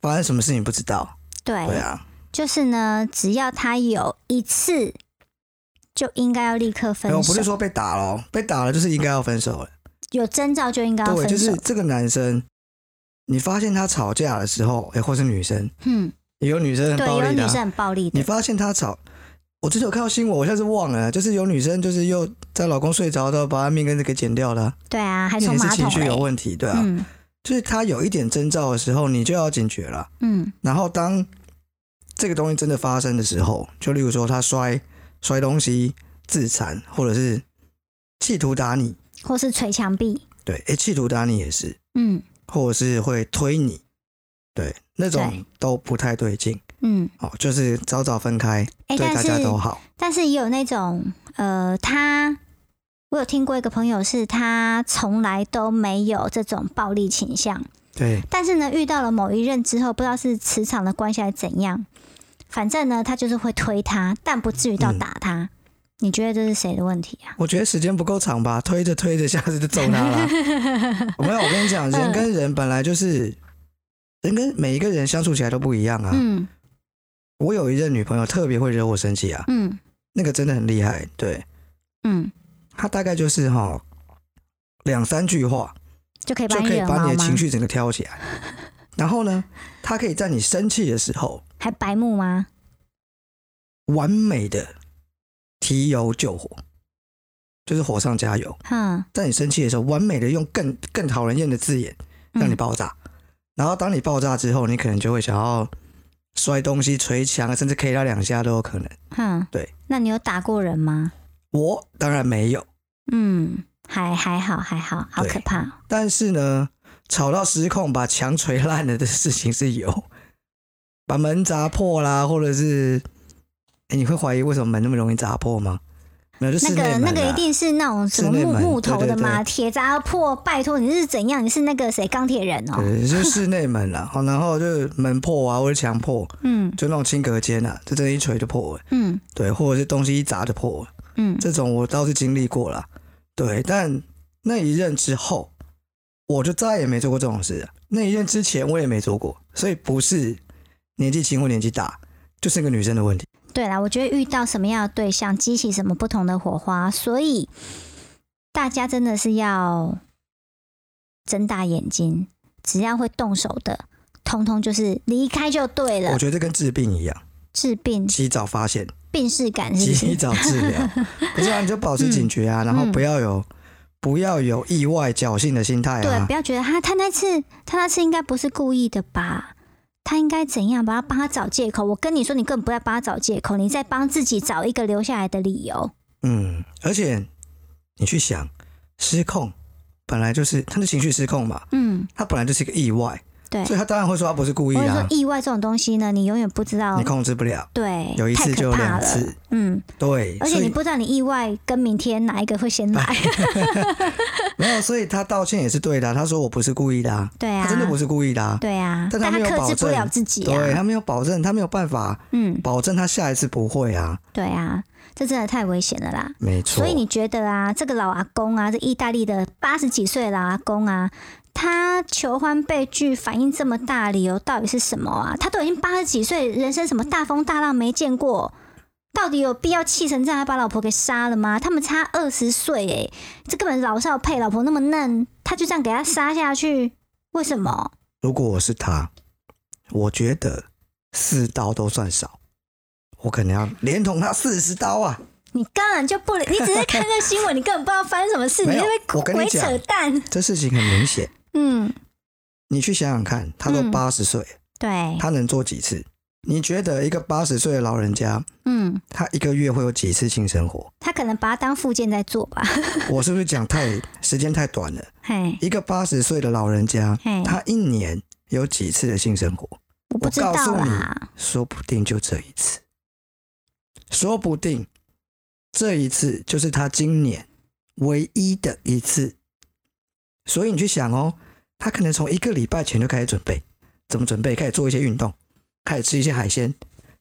Speaker 1: 发生什么事情不知道。对
Speaker 2: 对，
Speaker 1: 啊，
Speaker 2: 就是呢，只要他有一次，就应该要立刻分
Speaker 1: 没有，
Speaker 2: 手，
Speaker 1: 啊不是说被打了，被打了就是应该要分手了。
Speaker 2: 有征兆就应该要
Speaker 1: 对，
Speaker 2: 分
Speaker 1: 就是
Speaker 2: 手。
Speaker 1: 这个男生，你发现他吵架的时候，哎、或是女生，
Speaker 2: 嗯，
Speaker 1: 也有女生很
Speaker 2: 对，
Speaker 1: 暴
Speaker 2: 有
Speaker 1: 力
Speaker 2: 女
Speaker 1: 的啊、
Speaker 2: 生很暴力
Speaker 1: 你
Speaker 2: 的，
Speaker 1: 发现他吵，我之前有看到新闻，我一下子忘了，就是有女生就是又在老公睡着的时候把他命根子给剪掉了啊，
Speaker 2: 对啊，还
Speaker 1: 那
Speaker 2: 冲
Speaker 1: 也是
Speaker 2: 马桶
Speaker 1: 情绪有
Speaker 2: 嘞。
Speaker 1: 问题，对啊，
Speaker 2: 嗯
Speaker 1: 就是他有一点征兆的时候，你就要警觉了。
Speaker 2: 嗯
Speaker 1: 然后当这个东西真的发生的时候，就例如说他摔摔东西、自残，或者是企图打你。
Speaker 2: 或是捶墙壁，
Speaker 1: 对，诶，企图打你也是，
Speaker 2: 嗯
Speaker 1: 或者是会推你，对，那种
Speaker 2: 对
Speaker 1: 都不太对劲
Speaker 2: 嗯。
Speaker 1: 哦，就是早早分开，
Speaker 2: 哎，
Speaker 1: 对
Speaker 2: 但
Speaker 1: 大
Speaker 2: 是
Speaker 1: 家都好。
Speaker 2: 但是也有那种，呃，他我有听过一个朋友是，他从来都没有这种暴力倾向，
Speaker 1: 对，
Speaker 2: 但是呢，遇到了某一任之后，不知道是磁场的关系还是怎样，反正呢，他就是会推他，但不至于到
Speaker 1: 嗯
Speaker 2: 打他。你觉得这是谁的问题啊？
Speaker 1: 我觉得时间不够长 吧，推着推着，下次就揍他了。没有，我跟你
Speaker 2: 嗯
Speaker 1: 讲，人跟人本来就是，人跟每一个人相处起来都不一样啊。
Speaker 2: 嗯
Speaker 1: 我有一任女朋友特别会惹我生气啊，
Speaker 2: 嗯
Speaker 1: 那个真的很厉害。对
Speaker 2: 嗯，
Speaker 1: 她大概就是哈、两三句话，
Speaker 2: 就可以把
Speaker 1: 就
Speaker 2: 你
Speaker 1: 可以
Speaker 2: 惹
Speaker 1: 把
Speaker 2: 毛
Speaker 1: 你的
Speaker 2: 吗
Speaker 1: 情？绪整个挑起来。然后呢，他可以在你生气的时候，
Speaker 2: 还白目吗？
Speaker 1: 完美的提油救火，就是火上加油。
Speaker 2: 哼，
Speaker 1: 在你生气的时候，完美的用更更讨人厌的字眼让你
Speaker 2: 嗯
Speaker 1: 爆炸。然后当你爆炸之后，你可能就会想要摔东西、捶墙，甚至 K 他两下都有可能。
Speaker 2: 哼，
Speaker 1: 对。
Speaker 2: 那你有打过人吗？
Speaker 1: 我当然没有，
Speaker 2: 嗯，还还好还好，好
Speaker 1: 对
Speaker 2: 可怕哦。
Speaker 1: 但是呢，吵到失控把墙捶烂了的事情是有， 把哎门砸破啦，或者是，诶你会怀疑为什么门那么容易砸破吗？没有就室
Speaker 2: 那
Speaker 1: 内
Speaker 2: 个
Speaker 1: 门
Speaker 2: 那个
Speaker 1: 啦
Speaker 2: 一定是那种什么
Speaker 1: 室内
Speaker 2: 木
Speaker 1: 门
Speaker 2: 木头
Speaker 1: 对对
Speaker 2: 的嘛，铁闸破，拜托你是怎样？你是那个谁钢铁人哦？
Speaker 1: 对，就是室内门啦， 好然后就是门破啊，或者墙破，
Speaker 2: 嗯
Speaker 1: 就那种轻隔间啊，就真的一锤就破了，
Speaker 2: 嗯
Speaker 1: 对，或者是东西一砸就破了，
Speaker 2: 嗯
Speaker 1: 这种我倒是经历过了，对，但那一任之后，我就再也没做过这种事了，那一任之前我也没做过，所以不是年纪轻或年纪大，就是那个女生的问题，
Speaker 2: 对啦，我觉得遇到什么样的对象，激起什么不同的火花，所以大家真的是要睁大眼睛，只要会动手的，通通就是离开就对
Speaker 1: 我
Speaker 2: 了。
Speaker 1: 觉得这跟治病一样，
Speaker 2: 治病
Speaker 1: 及早发现，
Speaker 2: 病视感是不
Speaker 1: 及
Speaker 2: 是？
Speaker 1: 早治疗，不是啊，你就保持警觉啊，然后不要有不要有意外侥幸的心态
Speaker 2: 对，
Speaker 1: 啊
Speaker 2: 不，要觉得他他那次他那次应该不是故意的吧？他应该怎样吧？要帮他找借口。我跟你说，你根本不在帮他找借口，你在帮自己找一个留下来的理由。
Speaker 1: 嗯，而且你去想，失控本来就是他的情绪失控嘛，
Speaker 2: 嗯，
Speaker 1: 他本来就是一个意外，
Speaker 2: 对。
Speaker 1: 所以他当然会说他不是故意
Speaker 2: 或者说
Speaker 1: 啊，
Speaker 2: 意外这种东西呢，你永远不知道
Speaker 1: 你。控制不了，
Speaker 2: 对，
Speaker 1: 有一次
Speaker 2: 哎太
Speaker 1: 就
Speaker 2: 可怕
Speaker 1: 两
Speaker 2: 了。
Speaker 1: 次，
Speaker 2: 嗯，
Speaker 1: 对，
Speaker 2: 而且
Speaker 1: 所
Speaker 2: 你
Speaker 1: 以哎
Speaker 2: 不知道你意外跟明天哪一个会先来。
Speaker 1: 没有，所以他道歉也是对的啊、他说我不是故意的、啊，
Speaker 2: 对啊，
Speaker 1: 他真的不是故意的、啊，
Speaker 2: 对啊，
Speaker 1: 但他没有
Speaker 2: 克
Speaker 1: 保
Speaker 2: 制不
Speaker 1: 证
Speaker 2: 了自己
Speaker 1: 对
Speaker 2: 啊。
Speaker 1: 他没有保证，他没有办法
Speaker 2: 嗯，
Speaker 1: 保证他下一次不会啊，
Speaker 2: 对啊，这真的太危险了啦。
Speaker 1: 没错，
Speaker 2: 所以你觉得啊，这个老阿公啊，这意大利的八十几岁的老阿公啊，他求欢被拒，反应这么大，理由到底是什么啊？他都已经八十几岁，人生什么大风大浪没见过，到底有必要气成这样，还把老婆给杀了吗？他们差二十岁，诶，这根本老少配，老婆那么嫩，他就这样给他杀下去，为什么？
Speaker 1: 如果我是他，我觉得四刀都算少，我可能要连捅他四十刀啊！
Speaker 2: 你根本就不理，你只是看个新闻，你根本不知道发生什么事，你
Speaker 1: 没
Speaker 2: 在
Speaker 1: 有
Speaker 2: 那
Speaker 1: 我
Speaker 2: 边
Speaker 1: 跟你
Speaker 2: 鬼
Speaker 1: 讲
Speaker 2: 扯淡。
Speaker 1: 这事情很明显，
Speaker 2: 嗯，
Speaker 1: 你去想想看，他都
Speaker 2: 嗯
Speaker 1: 八十岁，
Speaker 2: 对，
Speaker 1: 他能做几次？你觉得一个八十岁的老人家，
Speaker 2: 嗯，
Speaker 1: 他一个月会有几次性生活？
Speaker 2: 他可能把它当附件在做吧。
Speaker 1: 我是不是讲太时间太短了？
Speaker 2: 嘿，
Speaker 1: 一个八十岁的老人家
Speaker 2: 嘿，
Speaker 1: 他一年有几次的性生活？
Speaker 2: 我不知
Speaker 1: 我告
Speaker 2: 道
Speaker 1: 诉你
Speaker 2: 啦。
Speaker 1: 说不定就这一次，说不定这一次就是他今年唯一的一次。所以你去想哦，他可能从一个礼拜前就开始准备，怎么准备？开始做一些运动，开始吃一些海鲜，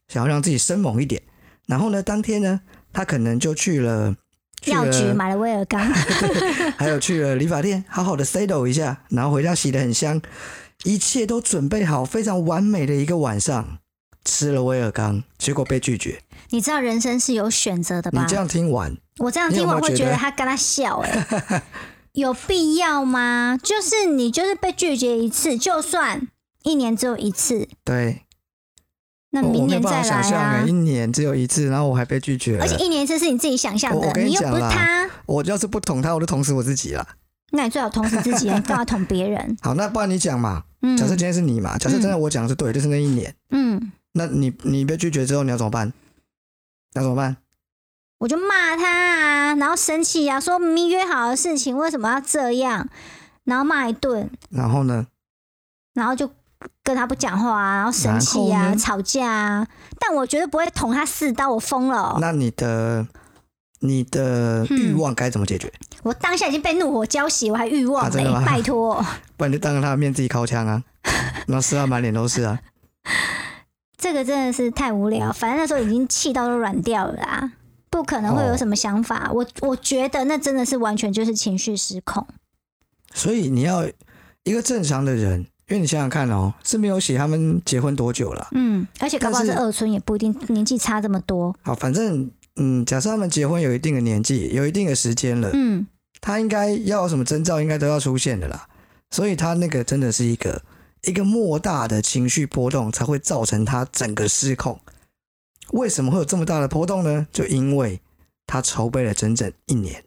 Speaker 1: 想要让自己生猛一点。然后呢，当天呢，他可能就去了去
Speaker 2: 药局
Speaker 1: 了，
Speaker 2: 买了威尔刚，
Speaker 1: 还有去了理发店，好好的 settle 一下，然后回家洗得很香，一切都准备好，非常完美的一个晚上。吃了威尔刚，结果被拒绝。
Speaker 2: 你知道人生是有选择的
Speaker 1: 你
Speaker 2: 吧
Speaker 1: 这？样听完，
Speaker 2: 我这样
Speaker 1: 你有
Speaker 2: 听完
Speaker 1: 没有
Speaker 2: 会
Speaker 1: 觉
Speaker 2: 觉得
Speaker 1: 得
Speaker 2: 他跟他笑哎、 有必要吗？就是你就是被拒绝一次，就算一年只有一次，
Speaker 1: 对
Speaker 2: 那
Speaker 1: 哦我我
Speaker 2: 明
Speaker 1: 没有
Speaker 2: 年
Speaker 1: 办
Speaker 2: 再
Speaker 1: 法想
Speaker 2: 来
Speaker 1: 象
Speaker 2: 啊
Speaker 1: 欸，一。年只有一次，然后我还被拒绝了
Speaker 2: 而且。一年一次是你自己想象
Speaker 1: 我我
Speaker 2: 的，
Speaker 1: 跟你
Speaker 2: 又不是
Speaker 1: 讲啦
Speaker 2: 他，
Speaker 1: 我要是不捅他，我就捅死我自己了。
Speaker 2: 那你最好捅死 自己，你干嘛捅别人？
Speaker 1: 好，那不然你讲嘛？
Speaker 2: 嗯
Speaker 1: 假设今天是你嘛？假设真的我讲的是对，就是那一年，
Speaker 2: 嗯，
Speaker 1: 那你你被拒绝之后，你要怎么办？那怎么办？
Speaker 2: 我就骂他啊，然后生气啊，说明明约好的事情为什么要这样，然后骂一顿，
Speaker 1: 然后呢？
Speaker 2: 然后就跟他不讲话啊，然后生气
Speaker 1: 然后
Speaker 2: 啊，
Speaker 1: 呢
Speaker 2: 吵架啊。但我绝对不会捅他四刀，我疯了哦、嗯
Speaker 1: 那你的你的欲望该怎么解决？
Speaker 2: 我当下已经被怒火浇熄，我还欲望
Speaker 1: 啊
Speaker 2: 嘞、
Speaker 1: 真的吗
Speaker 2: 拜 托，
Speaker 1: 不然你就当着他的面自己掏枪啊，然后撕到满脸都是啊。
Speaker 2: 这个真的是太无聊。反正那时候已经气到都软掉了啦，不可能会
Speaker 1: 哦
Speaker 2: 有什么想法。我我觉得那真的是完全就是情绪失控。
Speaker 1: 所以你要一个正常的人，因为你想想看哦，是没有写他们结婚多久了。
Speaker 2: 嗯，而且搞不好
Speaker 1: 但
Speaker 2: 是
Speaker 1: 是
Speaker 2: 二村也不一定年纪差这么多。
Speaker 1: 好，反正嗯，假设他们结婚有一定的年纪，有一定的时间了，
Speaker 2: 嗯，
Speaker 1: 他应该要有什么征兆，应该都要出现的啦。所以他那个真的是一个一个莫大的情绪波动，才会造成他整个失控。为什么会有这么大的波动呢？就因为他筹备了整整一年，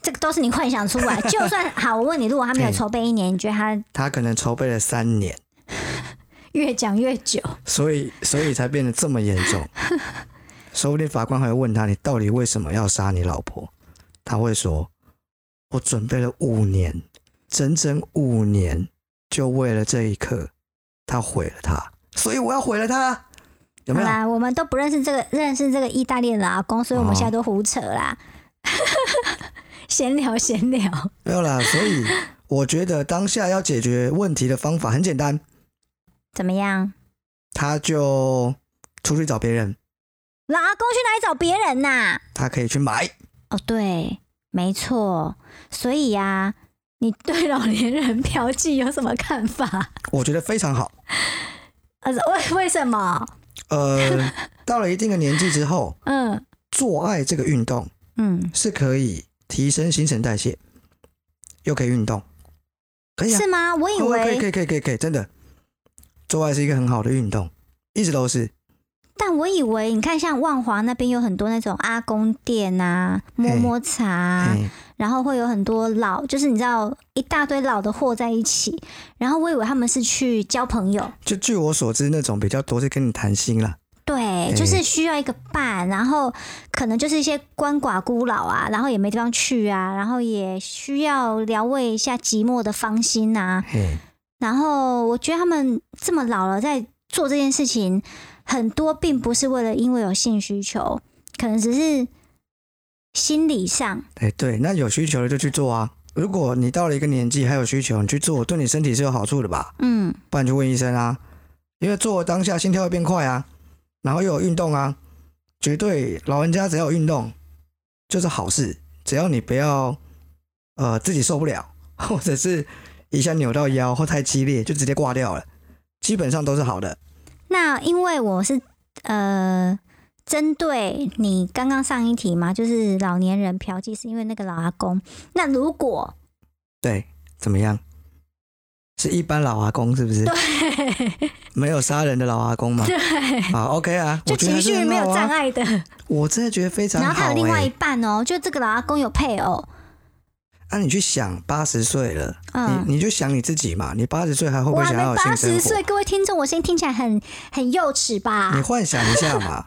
Speaker 2: 这个都是你幻想出来。就算 好，我问你，如果他没有
Speaker 1: 嘿
Speaker 2: 筹备一年，你觉得他
Speaker 1: 他可能筹备了三年，
Speaker 2: 越讲越久？
Speaker 1: 所以所以才变得这么严 重。说不定法官还会问他：“你到底为什么要杀你老婆？”他会说：“我准备了五年，整整五年，就为了这一刻，他毁了她，所以我要毁了她。有
Speaker 2: 好
Speaker 1: 没有？
Speaker 2: 啦，我们都不认识这个认识这个意大利的老公，所以我们
Speaker 1: 哦
Speaker 2: 现在都胡扯啦， 闲、聊闲聊。
Speaker 1: 没有啦。所以我觉得当下要解决问题的方法很简单，
Speaker 2: 怎么样？
Speaker 1: 他就出去找别人，
Speaker 2: 老阿公去哪里找别人呐、
Speaker 1: 他可以去买。
Speaker 2: 哦，对，没错。所以呀、你对老年人嫖妓有什么看法？
Speaker 1: 我觉得非常好。
Speaker 2: 呃，为为什么？
Speaker 1: 呃，到了一定的年纪之后，
Speaker 2: 嗯
Speaker 1: 做爱这个运动
Speaker 2: 嗯，
Speaker 1: 是可以提升新陈代谢，又可以运动，可以啊
Speaker 2: 是，吗？我以
Speaker 1: 哦可以
Speaker 2: 为，
Speaker 1: 可以可以可以可以，真的，做爱是一个很好的运动，一直都是。
Speaker 2: 但我以为，你看，像万华那边有很多那种阿公店啊，摸摸茶啊、
Speaker 1: 嗯，
Speaker 2: 然后会有很多老，就是你知道一大堆老的和在一起，然后我以为他们是去交朋友，
Speaker 1: 就据我所知，那种比较多是跟你谈心啦。
Speaker 2: 对，就是需要一个伴，然后可能就是一些鳏寡孤老啊，然后也没地方去啊，然后也需要疗慰一下寂寞的芳心啊。
Speaker 1: 嘿，
Speaker 2: 然后我觉得他们这么老了，在做这件事情，很多并不是为了因为有性需求，可能只是心理上
Speaker 1: 哎，对，那有需求的就去做啊。如果你到了一个年纪还有需求，你去做，对你身体是有好处的吧？
Speaker 2: 嗯，
Speaker 1: 不然就问医生啊，因为做当下心跳会变快啊，然后又有运动啊，绝对老人家只要有运动就是好事，只要你不要呃自己受不了， 或者是一下扭到腰或太激烈就直接挂掉了，基本上都是好的。
Speaker 2: 那因为我是呃，针对你刚刚上一题嘛，就是老年人嫖妓是因为那个老阿公。那如果
Speaker 1: 对，怎么样？是一般老阿公是不是？
Speaker 2: 对
Speaker 1: 没有杀人的老阿公吗？
Speaker 2: 对，
Speaker 1: 啊，OK 啊，
Speaker 2: 就
Speaker 1: 我觉得
Speaker 2: 情
Speaker 1: 还是
Speaker 2: 绪
Speaker 1: 很
Speaker 2: 没有
Speaker 1: 好啊
Speaker 2: 障，碍的，
Speaker 1: 我真的觉得非常好、
Speaker 2: 然
Speaker 1: 欸。
Speaker 2: 后他有另外一半哦，就这个老阿公有配偶，
Speaker 1: 啊，你去想，八十岁了，
Speaker 2: 嗯。
Speaker 1: 你你就想你自己嘛，你八十岁还会不
Speaker 2: 我
Speaker 1: 会
Speaker 2: 还
Speaker 1: 想
Speaker 2: 没
Speaker 1: 要有
Speaker 2: 八
Speaker 1: 性
Speaker 2: 十
Speaker 1: 生
Speaker 2: 岁，啊
Speaker 1: 活？
Speaker 2: 各位听众，我先听起来很很幼稚
Speaker 1: 你
Speaker 2: 吧？
Speaker 1: 幻想一下 嘛，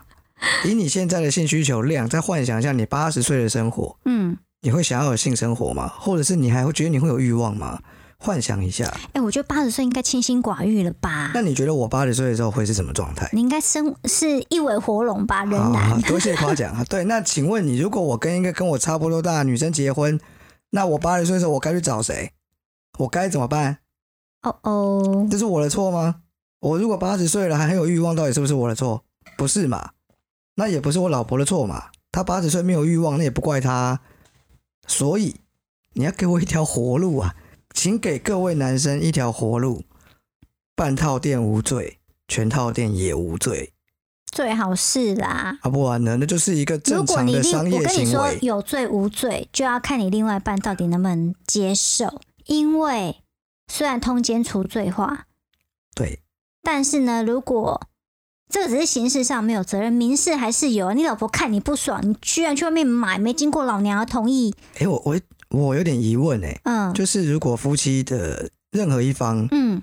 Speaker 1: 以你现在的性需求量，再幻想一下你八十岁的生活，
Speaker 2: 嗯，
Speaker 1: 你会想要有性生活吗？或者是你还会觉得你会有欲望吗？幻想一下，
Speaker 2: 哎、我觉得八十岁应该清心寡欲了吧？
Speaker 1: 那你觉得我八十岁的时候会是什么状态？
Speaker 2: 你应该生是一尾活龙吧？仍
Speaker 1: 好
Speaker 2: 然
Speaker 1: 好，多谢夸奖啊！ 对，那请问你，如果我跟一个跟我差不多大的女生结婚，那我八十岁的时候我该去找谁？我该怎么办？
Speaker 2: 哦哦，
Speaker 1: 这是我的错吗？我如果八十岁了还很有欲望，到底是不是我的错？不是嘛？那也不是我老婆的错嘛。她八十岁没有欲望，那也不怪她啊。所以你要给我一条活路啊！请给各位男生一条活路，半套店无罪，全套店也无罪
Speaker 2: 最好是啦。
Speaker 1: 啊！不然呢，那就是一个
Speaker 2: 如
Speaker 1: 正
Speaker 2: 果
Speaker 1: 常
Speaker 2: 你
Speaker 1: 的
Speaker 2: 另，
Speaker 1: 商
Speaker 2: 我
Speaker 1: 业
Speaker 2: 跟你
Speaker 1: 行
Speaker 2: 说
Speaker 1: 为。
Speaker 2: 有罪无罪，就要看你另外一半到底能不能接受。因为虽然通奸除罪化，
Speaker 1: 对，
Speaker 2: 但是呢，如果这个只是刑事上没有责任，民事还是有啊。你老婆看你不爽，你居然去外面买，没经过老娘的同意，
Speaker 1: 诶，我我我有点疑问诶，
Speaker 2: 嗯
Speaker 1: 就是如果夫妻的任何一方
Speaker 2: 嗯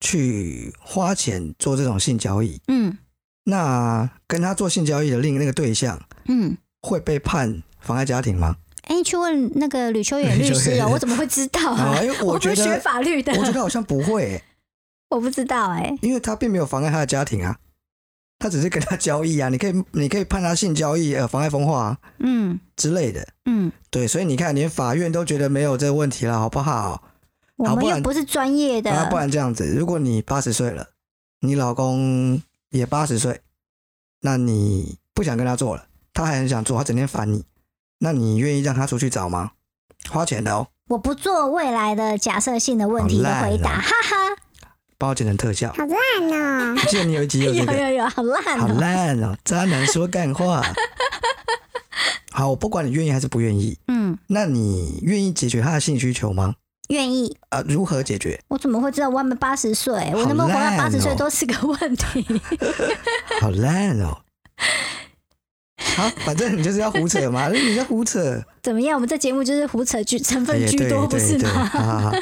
Speaker 1: 去花钱做这种性交易，
Speaker 2: 嗯
Speaker 1: 那跟他做性交易的另那个对象
Speaker 2: 嗯。
Speaker 1: 会被判妨碍家庭吗？
Speaker 2: 哎、去问那个吕秋远
Speaker 1: 吕
Speaker 2: 律
Speaker 1: 秋
Speaker 2: 师 哦、
Speaker 1: 远
Speaker 2: 我怎么会知道啊？
Speaker 1: 啊因为我
Speaker 2: 我不是
Speaker 1: 觉得
Speaker 2: 学法律的，
Speaker 1: 我觉得好像不会欸、
Speaker 2: 我不知道哎、
Speaker 1: 因为他并没有妨碍他的家庭啊，他只是跟他交易啊，你可以你可以判他性交易呃妨碍风化、啊、
Speaker 2: 嗯
Speaker 1: 之类的。
Speaker 2: 嗯，
Speaker 1: 对，所以你看，连法院都觉得没有这个问题了，好不好？
Speaker 2: 我
Speaker 1: 好
Speaker 2: 们
Speaker 1: 不
Speaker 2: 又
Speaker 1: 然
Speaker 2: 不是专业的，
Speaker 1: 那不然这样子，如果你八十岁了，你老公也八十岁，那你不想跟他做了，他还很想做，他整天烦你，那你愿意让他出去找吗？花钱的哦，
Speaker 2: 我不做未来的假设性的问题的回
Speaker 1: 好烂哦
Speaker 2: 答，哈哈，
Speaker 1: 帮我剪成特效。
Speaker 2: 好烂哦！
Speaker 1: 我记得你有一集有
Speaker 2: 有
Speaker 1: 这个，
Speaker 2: 有有，好烂
Speaker 1: 好
Speaker 2: 哦！
Speaker 1: 烂哦、渣男说干 话。好，我不管你愿意还是不愿意，
Speaker 2: 嗯，
Speaker 1: 那你愿意解决他的性需求吗？
Speaker 2: 愿意。
Speaker 1: 啊，如何解决？
Speaker 2: 我怎么会知道我还没八十岁？我能不能活到
Speaker 1: 烂哦
Speaker 2: 八十岁都是个问题。
Speaker 1: 好烂哦、好，反正你就是要胡扯 嘛，你在胡扯，
Speaker 2: 怎么样？我们这节目就是胡扯居成
Speaker 1: 哎
Speaker 2: 分
Speaker 1: 呀
Speaker 2: 居多，
Speaker 1: 对
Speaker 2: 不是
Speaker 1: 对对，好
Speaker 2: 吗？
Speaker 1: 好好。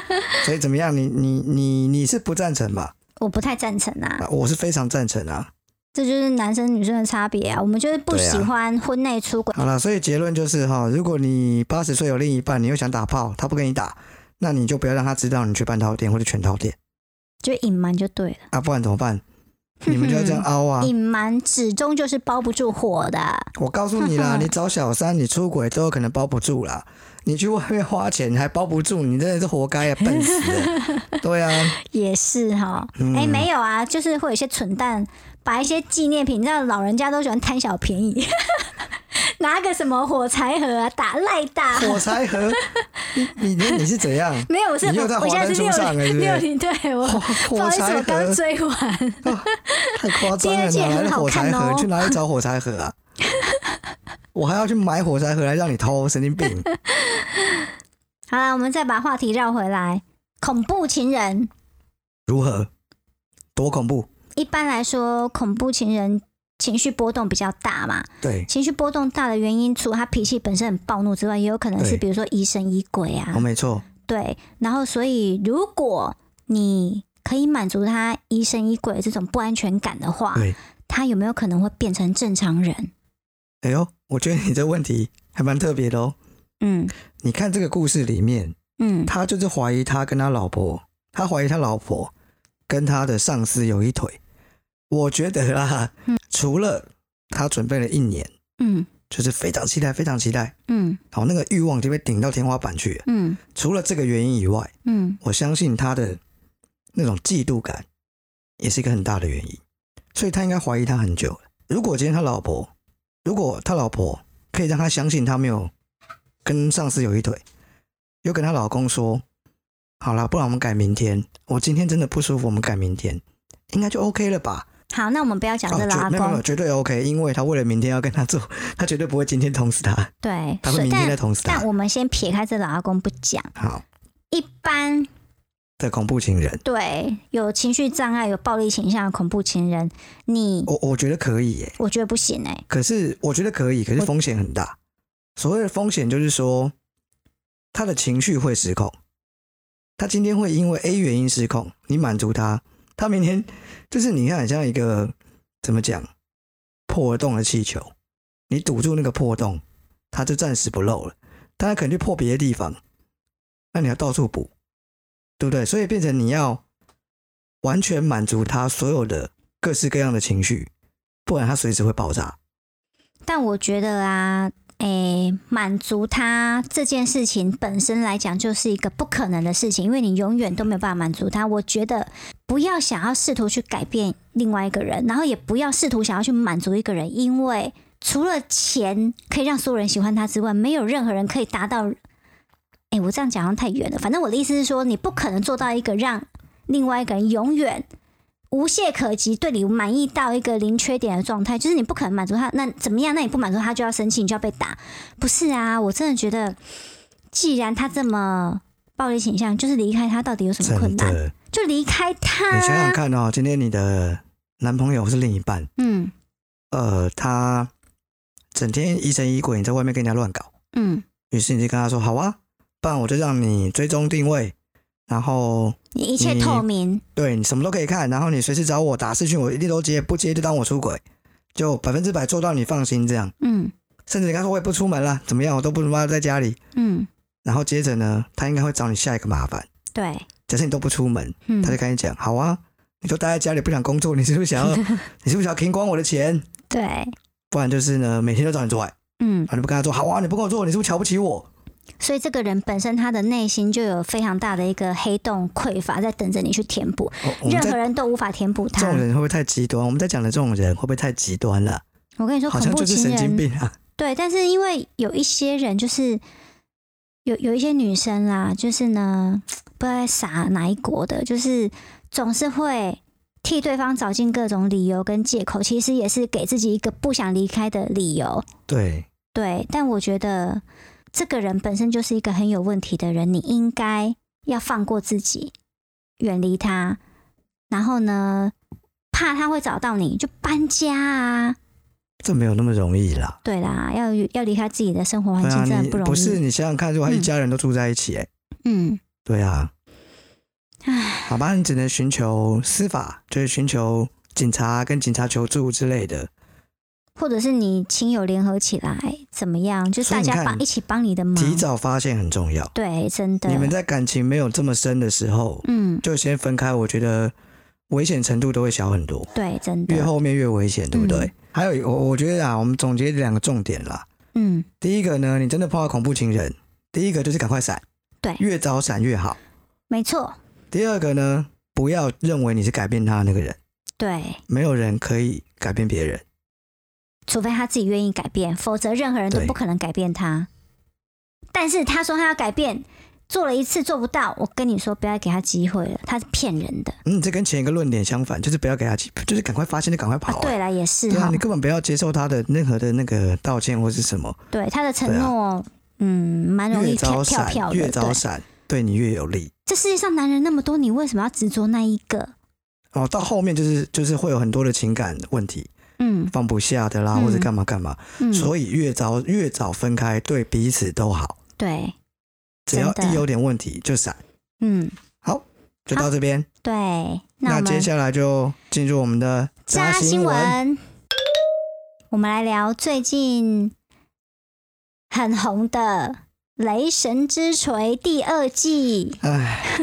Speaker 1: 所以怎么样？你你你你是不赞成吧？
Speaker 2: 我不太赞成啊，
Speaker 1: 啊我是非常赞成啊。
Speaker 2: 这就是男生女生的差别啊。我们就是不
Speaker 1: 对啊
Speaker 2: 喜欢婚内出轨。
Speaker 1: 好了，所以结论就是哈，如果你八十岁有另一半，你又想打炮，他不跟你打，那你就不要让他知道你去半套店或者全套店
Speaker 2: 就隐瞒就对了。
Speaker 1: 啊，不然怎么办？你们就要 这样凹啊！
Speaker 2: 隐瞒始终就是包不住火的。
Speaker 1: 我告诉你 啦，你找小三，你出轨都有可能包不住啦。你去外面花钱你还包不住，你真的是活该啊，笨死 了。对啊，
Speaker 2: 也是哈，
Speaker 1: 嗯
Speaker 2: 哎、没有啊，就是会有一些蠢蛋把一些纪念品，你知道老人家都喜欢贪小便宜， 拿个什么火柴盒啊，打赖打。
Speaker 1: 火柴盒，你你你是怎 样？
Speaker 2: 没有，我是
Speaker 1: 你又在
Speaker 2: 我
Speaker 1: 华
Speaker 2: 现在
Speaker 1: 灯
Speaker 2: 是
Speaker 1: 初上了是
Speaker 2: 六零
Speaker 1: 不是
Speaker 2: 六零，对我
Speaker 1: 火
Speaker 2: 不
Speaker 1: 火
Speaker 2: 好意思，
Speaker 1: 柴
Speaker 2: 我刚
Speaker 1: 盒
Speaker 2: 追完。
Speaker 1: 太夸张了，哪
Speaker 2: 第二季
Speaker 1: 来
Speaker 2: 很
Speaker 1: 的
Speaker 2: 好
Speaker 1: 火柴
Speaker 2: 看
Speaker 1: 盒？
Speaker 2: 哦
Speaker 1: 你去哪里找火柴盒啊？ 我还要去买火柴盒来让你偷，神经 病！
Speaker 2: 好啦，我们再把话题绕回来，恐怖情人。
Speaker 1: 如何？多恐怖！
Speaker 2: 一般来说，恐怖情人情绪波动比较大嘛，
Speaker 1: 对，
Speaker 2: 情绪波动大的原因，除了他脾气本身很暴怒之外，也有可能是
Speaker 1: 对
Speaker 2: 比如说疑神疑鬼啊
Speaker 1: 我、，哦没错，
Speaker 2: 对。然后，所以如果你可以满足他疑神疑鬼这种不安全感的话，
Speaker 1: 对。
Speaker 2: 他有没有可能会变成正常人？
Speaker 1: 哎呦，我觉得你这问题还蛮特别的哦。
Speaker 2: 嗯
Speaker 1: 你看这个故事里面，
Speaker 2: 嗯
Speaker 1: 他就是怀疑他跟他老婆，他怀疑他老婆跟他的上司有一腿。我觉得啦，
Speaker 2: 嗯
Speaker 1: 除了他准备了一年，
Speaker 2: 嗯
Speaker 1: 就是非常期待，非常期待，
Speaker 2: 嗯
Speaker 1: 然后那个欲望就被顶到天花板去了。
Speaker 2: 嗯
Speaker 1: 除了这个原因以外，
Speaker 2: 嗯
Speaker 1: 我相信他的那种嫉妒感也是一个很大的原因，所以他应该怀疑他很久了。如果今天他老婆，如果他老婆可以让他相信他没有跟上司有一腿，又跟她老公说：“好啦，不然我们改明天，我今天真的不舒服，我们改明
Speaker 2: 啊
Speaker 1: 天。”应该就 OK 了吧？
Speaker 2: 好，那我们不要讲
Speaker 1: 哦
Speaker 2: 这老
Speaker 1: 绝
Speaker 2: 阿
Speaker 1: 没有没
Speaker 2: 公，
Speaker 1: 有，绝对 OK，因为他为了明天要跟他做，他绝对不会今天捅死他，
Speaker 2: 对，
Speaker 1: 他会
Speaker 2: 所以
Speaker 1: 明天再
Speaker 2: 但
Speaker 1: 捅死他
Speaker 2: 但。我们先撇开这老阿公不讲，
Speaker 1: 好，
Speaker 2: 一般
Speaker 1: 的恐怖情人，
Speaker 2: 对有情绪障碍、有暴力倾向的恐怖情人，你
Speaker 1: 我我觉得可以耶、
Speaker 2: 我觉得不行哎、
Speaker 1: 可是我觉得可以，可是风险很大。所谓的风险就是说，他的情绪会失控，他今天会因为 A 原因失控，你满足他，他明天 就是你看，很像一个怎么讲破洞的气球，你堵住那个破洞，它就暂时不漏了，但它可能去破别的地方，那你要到处补，对不对？所以变成你要完全满足他所有的各式各样的情绪，不然他随时会爆炸。
Speaker 2: 但我觉得啊，诶、满足他这件事情本身来讲，就是一个不可能的事情，因为你永远都没有办法满足他。我觉得不要想要试图去改变另外一个人，然后也不要试图想要去满足一个人，因为除了钱可以让所有人喜欢他之外，没有任何人可以达到。诶、我这样讲好像太远了。反正我的意思是说，你不可能做到一个让另外一个人永远无懈可击，对你满意到一个零缺点的状态，就是你不可能满足他。那怎么样？那你不满足他就要生气，你就要被打。不是啊，我真的觉得，既然他这么暴力倾向，就是离开他到底有什么困
Speaker 1: 真
Speaker 2: 难？
Speaker 1: 的，
Speaker 2: 就离开他。
Speaker 1: 你想想看哦，今天你的男朋友或是另一半，
Speaker 2: 嗯
Speaker 1: 呃，他整天疑神疑鬼，你在外面跟人家乱搞，
Speaker 2: 嗯，
Speaker 1: 于是你就跟他说：“好啊，不然我就让你追踪定位，然后
Speaker 2: 你一切透明。
Speaker 1: 对你什么都可以看，然后你随时找我打视讯，我一定都接，不接就当我出轨，就百分之百做到你放心这样。
Speaker 2: 嗯
Speaker 1: 甚至你跟他说我也不出门了，怎么样，我都不他妈在家里。
Speaker 2: 嗯，
Speaker 1: 然后接着呢，他应该会找你下一个麻烦。
Speaker 2: 对，
Speaker 1: 假设你都不出门，
Speaker 2: 嗯
Speaker 1: 他就跟你讲：“好啊，你都待在家里不想工作，你是不是想要， 你是不是想要停光我的钱？
Speaker 2: 对，
Speaker 1: 不然就是呢，每天都找你做爱，
Speaker 2: 嗯
Speaker 1: 然，后你不跟他做，好啊，你不跟我做，你是不是瞧不起我？
Speaker 2: 所以这个人本身他的内心就有非常大的一个黑洞匮乏，在等着你去填补，
Speaker 1: 哦我们
Speaker 2: 任
Speaker 1: 在
Speaker 2: 何人都无法填补
Speaker 1: 这种
Speaker 2: 他。
Speaker 1: 人会不会太极端？我们在讲的这种人会不会太极端了？
Speaker 2: 我跟你说，
Speaker 1: 好
Speaker 2: 恐
Speaker 1: 像
Speaker 2: 怖
Speaker 1: 就是
Speaker 2: 情
Speaker 1: 神经
Speaker 2: 人
Speaker 1: 病啊！
Speaker 2: 对，但是因为有一些人就是有有一些女生啦，就是呢，不知道在傻哪一国的，就是总是会替对方找尽各种理由跟借口，其实也是给自己一个不想离开的理由。
Speaker 1: 对，
Speaker 2: 对，但我觉得这个人本身就是一个很有问题的人，你应该要放过自己，远离他。然后呢，怕他会找到你，就搬家啊。
Speaker 1: 这没有那么容易啦。
Speaker 2: 对啦，要要离开自己的生活环
Speaker 1: 对
Speaker 2: 境
Speaker 1: 啊，
Speaker 2: 真
Speaker 1: 你
Speaker 2: 的不容易。
Speaker 1: 不是你想想看，如果他一
Speaker 2: 嗯
Speaker 1: 家人都住在一起、欸，
Speaker 2: 嗯，
Speaker 1: 对啊，
Speaker 2: 唉，
Speaker 1: 好吧，你只能寻求司法，就是寻求警察跟警察求助之类的。
Speaker 2: 或者是你亲友联合起来怎么样？就是
Speaker 1: 所以
Speaker 2: 大
Speaker 1: 你
Speaker 2: 家
Speaker 1: 看
Speaker 2: 帮一起帮你的忙。
Speaker 1: 提早发现很重要。
Speaker 2: 嗯对，真的。
Speaker 1: 你们在感情没有这么深的时候，
Speaker 2: 嗯
Speaker 1: 就先分开，我觉得危险程度都会小很多，
Speaker 2: 对，真
Speaker 1: 越
Speaker 2: 的，
Speaker 1: 后面越危险，对不对？
Speaker 2: 嗯
Speaker 1: 还有一我我觉得啊，我们总结两个重点啦。
Speaker 2: 嗯，
Speaker 1: 第一个呢，你真的碰到恐怖情人，第一个就是赶快闪，
Speaker 2: 对
Speaker 1: 越早闪越好。
Speaker 2: 没错，
Speaker 1: 第二个呢，不要认为你是改变他的那个人，
Speaker 2: 对，
Speaker 1: 没有人可以改变别人。
Speaker 2: 除非他自己愿意改变，否则任何人都
Speaker 1: 对
Speaker 2: 不可能改变他。但是他说他要改变，做了一次做不到，我跟你说，不要给他机会了，他是骗人的。啊
Speaker 1: 嗯，这跟前一个论点相反，就是不要给他机，就是赶快发现就赶快跑、
Speaker 2: 啊，对了，也是
Speaker 1: 对啊，
Speaker 2: 哈
Speaker 1: 你，根本不要接受他的任何的那个道歉或是什么，
Speaker 2: 对他的承
Speaker 1: 对啊
Speaker 2: 诺，嗯，蛮容
Speaker 1: 越
Speaker 2: 易
Speaker 1: 早
Speaker 2: 跳跳
Speaker 1: 闪
Speaker 2: 票的。
Speaker 1: 越早
Speaker 2: 对
Speaker 1: 闪，对你越有利。
Speaker 2: 这世界上男人那么多，你为什么要执着那一个？
Speaker 1: 哦，到后面就是就是会有很多的情感问题，
Speaker 2: 嗯
Speaker 1: 放不下的啦，
Speaker 2: 嗯
Speaker 1: 或者干嘛干嘛，
Speaker 2: 嗯，
Speaker 1: 所以越早越早分开对彼此都好，
Speaker 2: 对，
Speaker 1: 只要
Speaker 2: 真的
Speaker 1: 一有点问题就闪。
Speaker 2: 嗯
Speaker 1: 好，就到这边，
Speaker 2: 对。
Speaker 1: 那
Speaker 2: 我
Speaker 1: 接
Speaker 2: 们
Speaker 1: 下来就进入我们的
Speaker 2: 渣
Speaker 1: 新
Speaker 2: 新闻，我们来聊最近很红的《雷神之锤》第二季。
Speaker 1: 唉，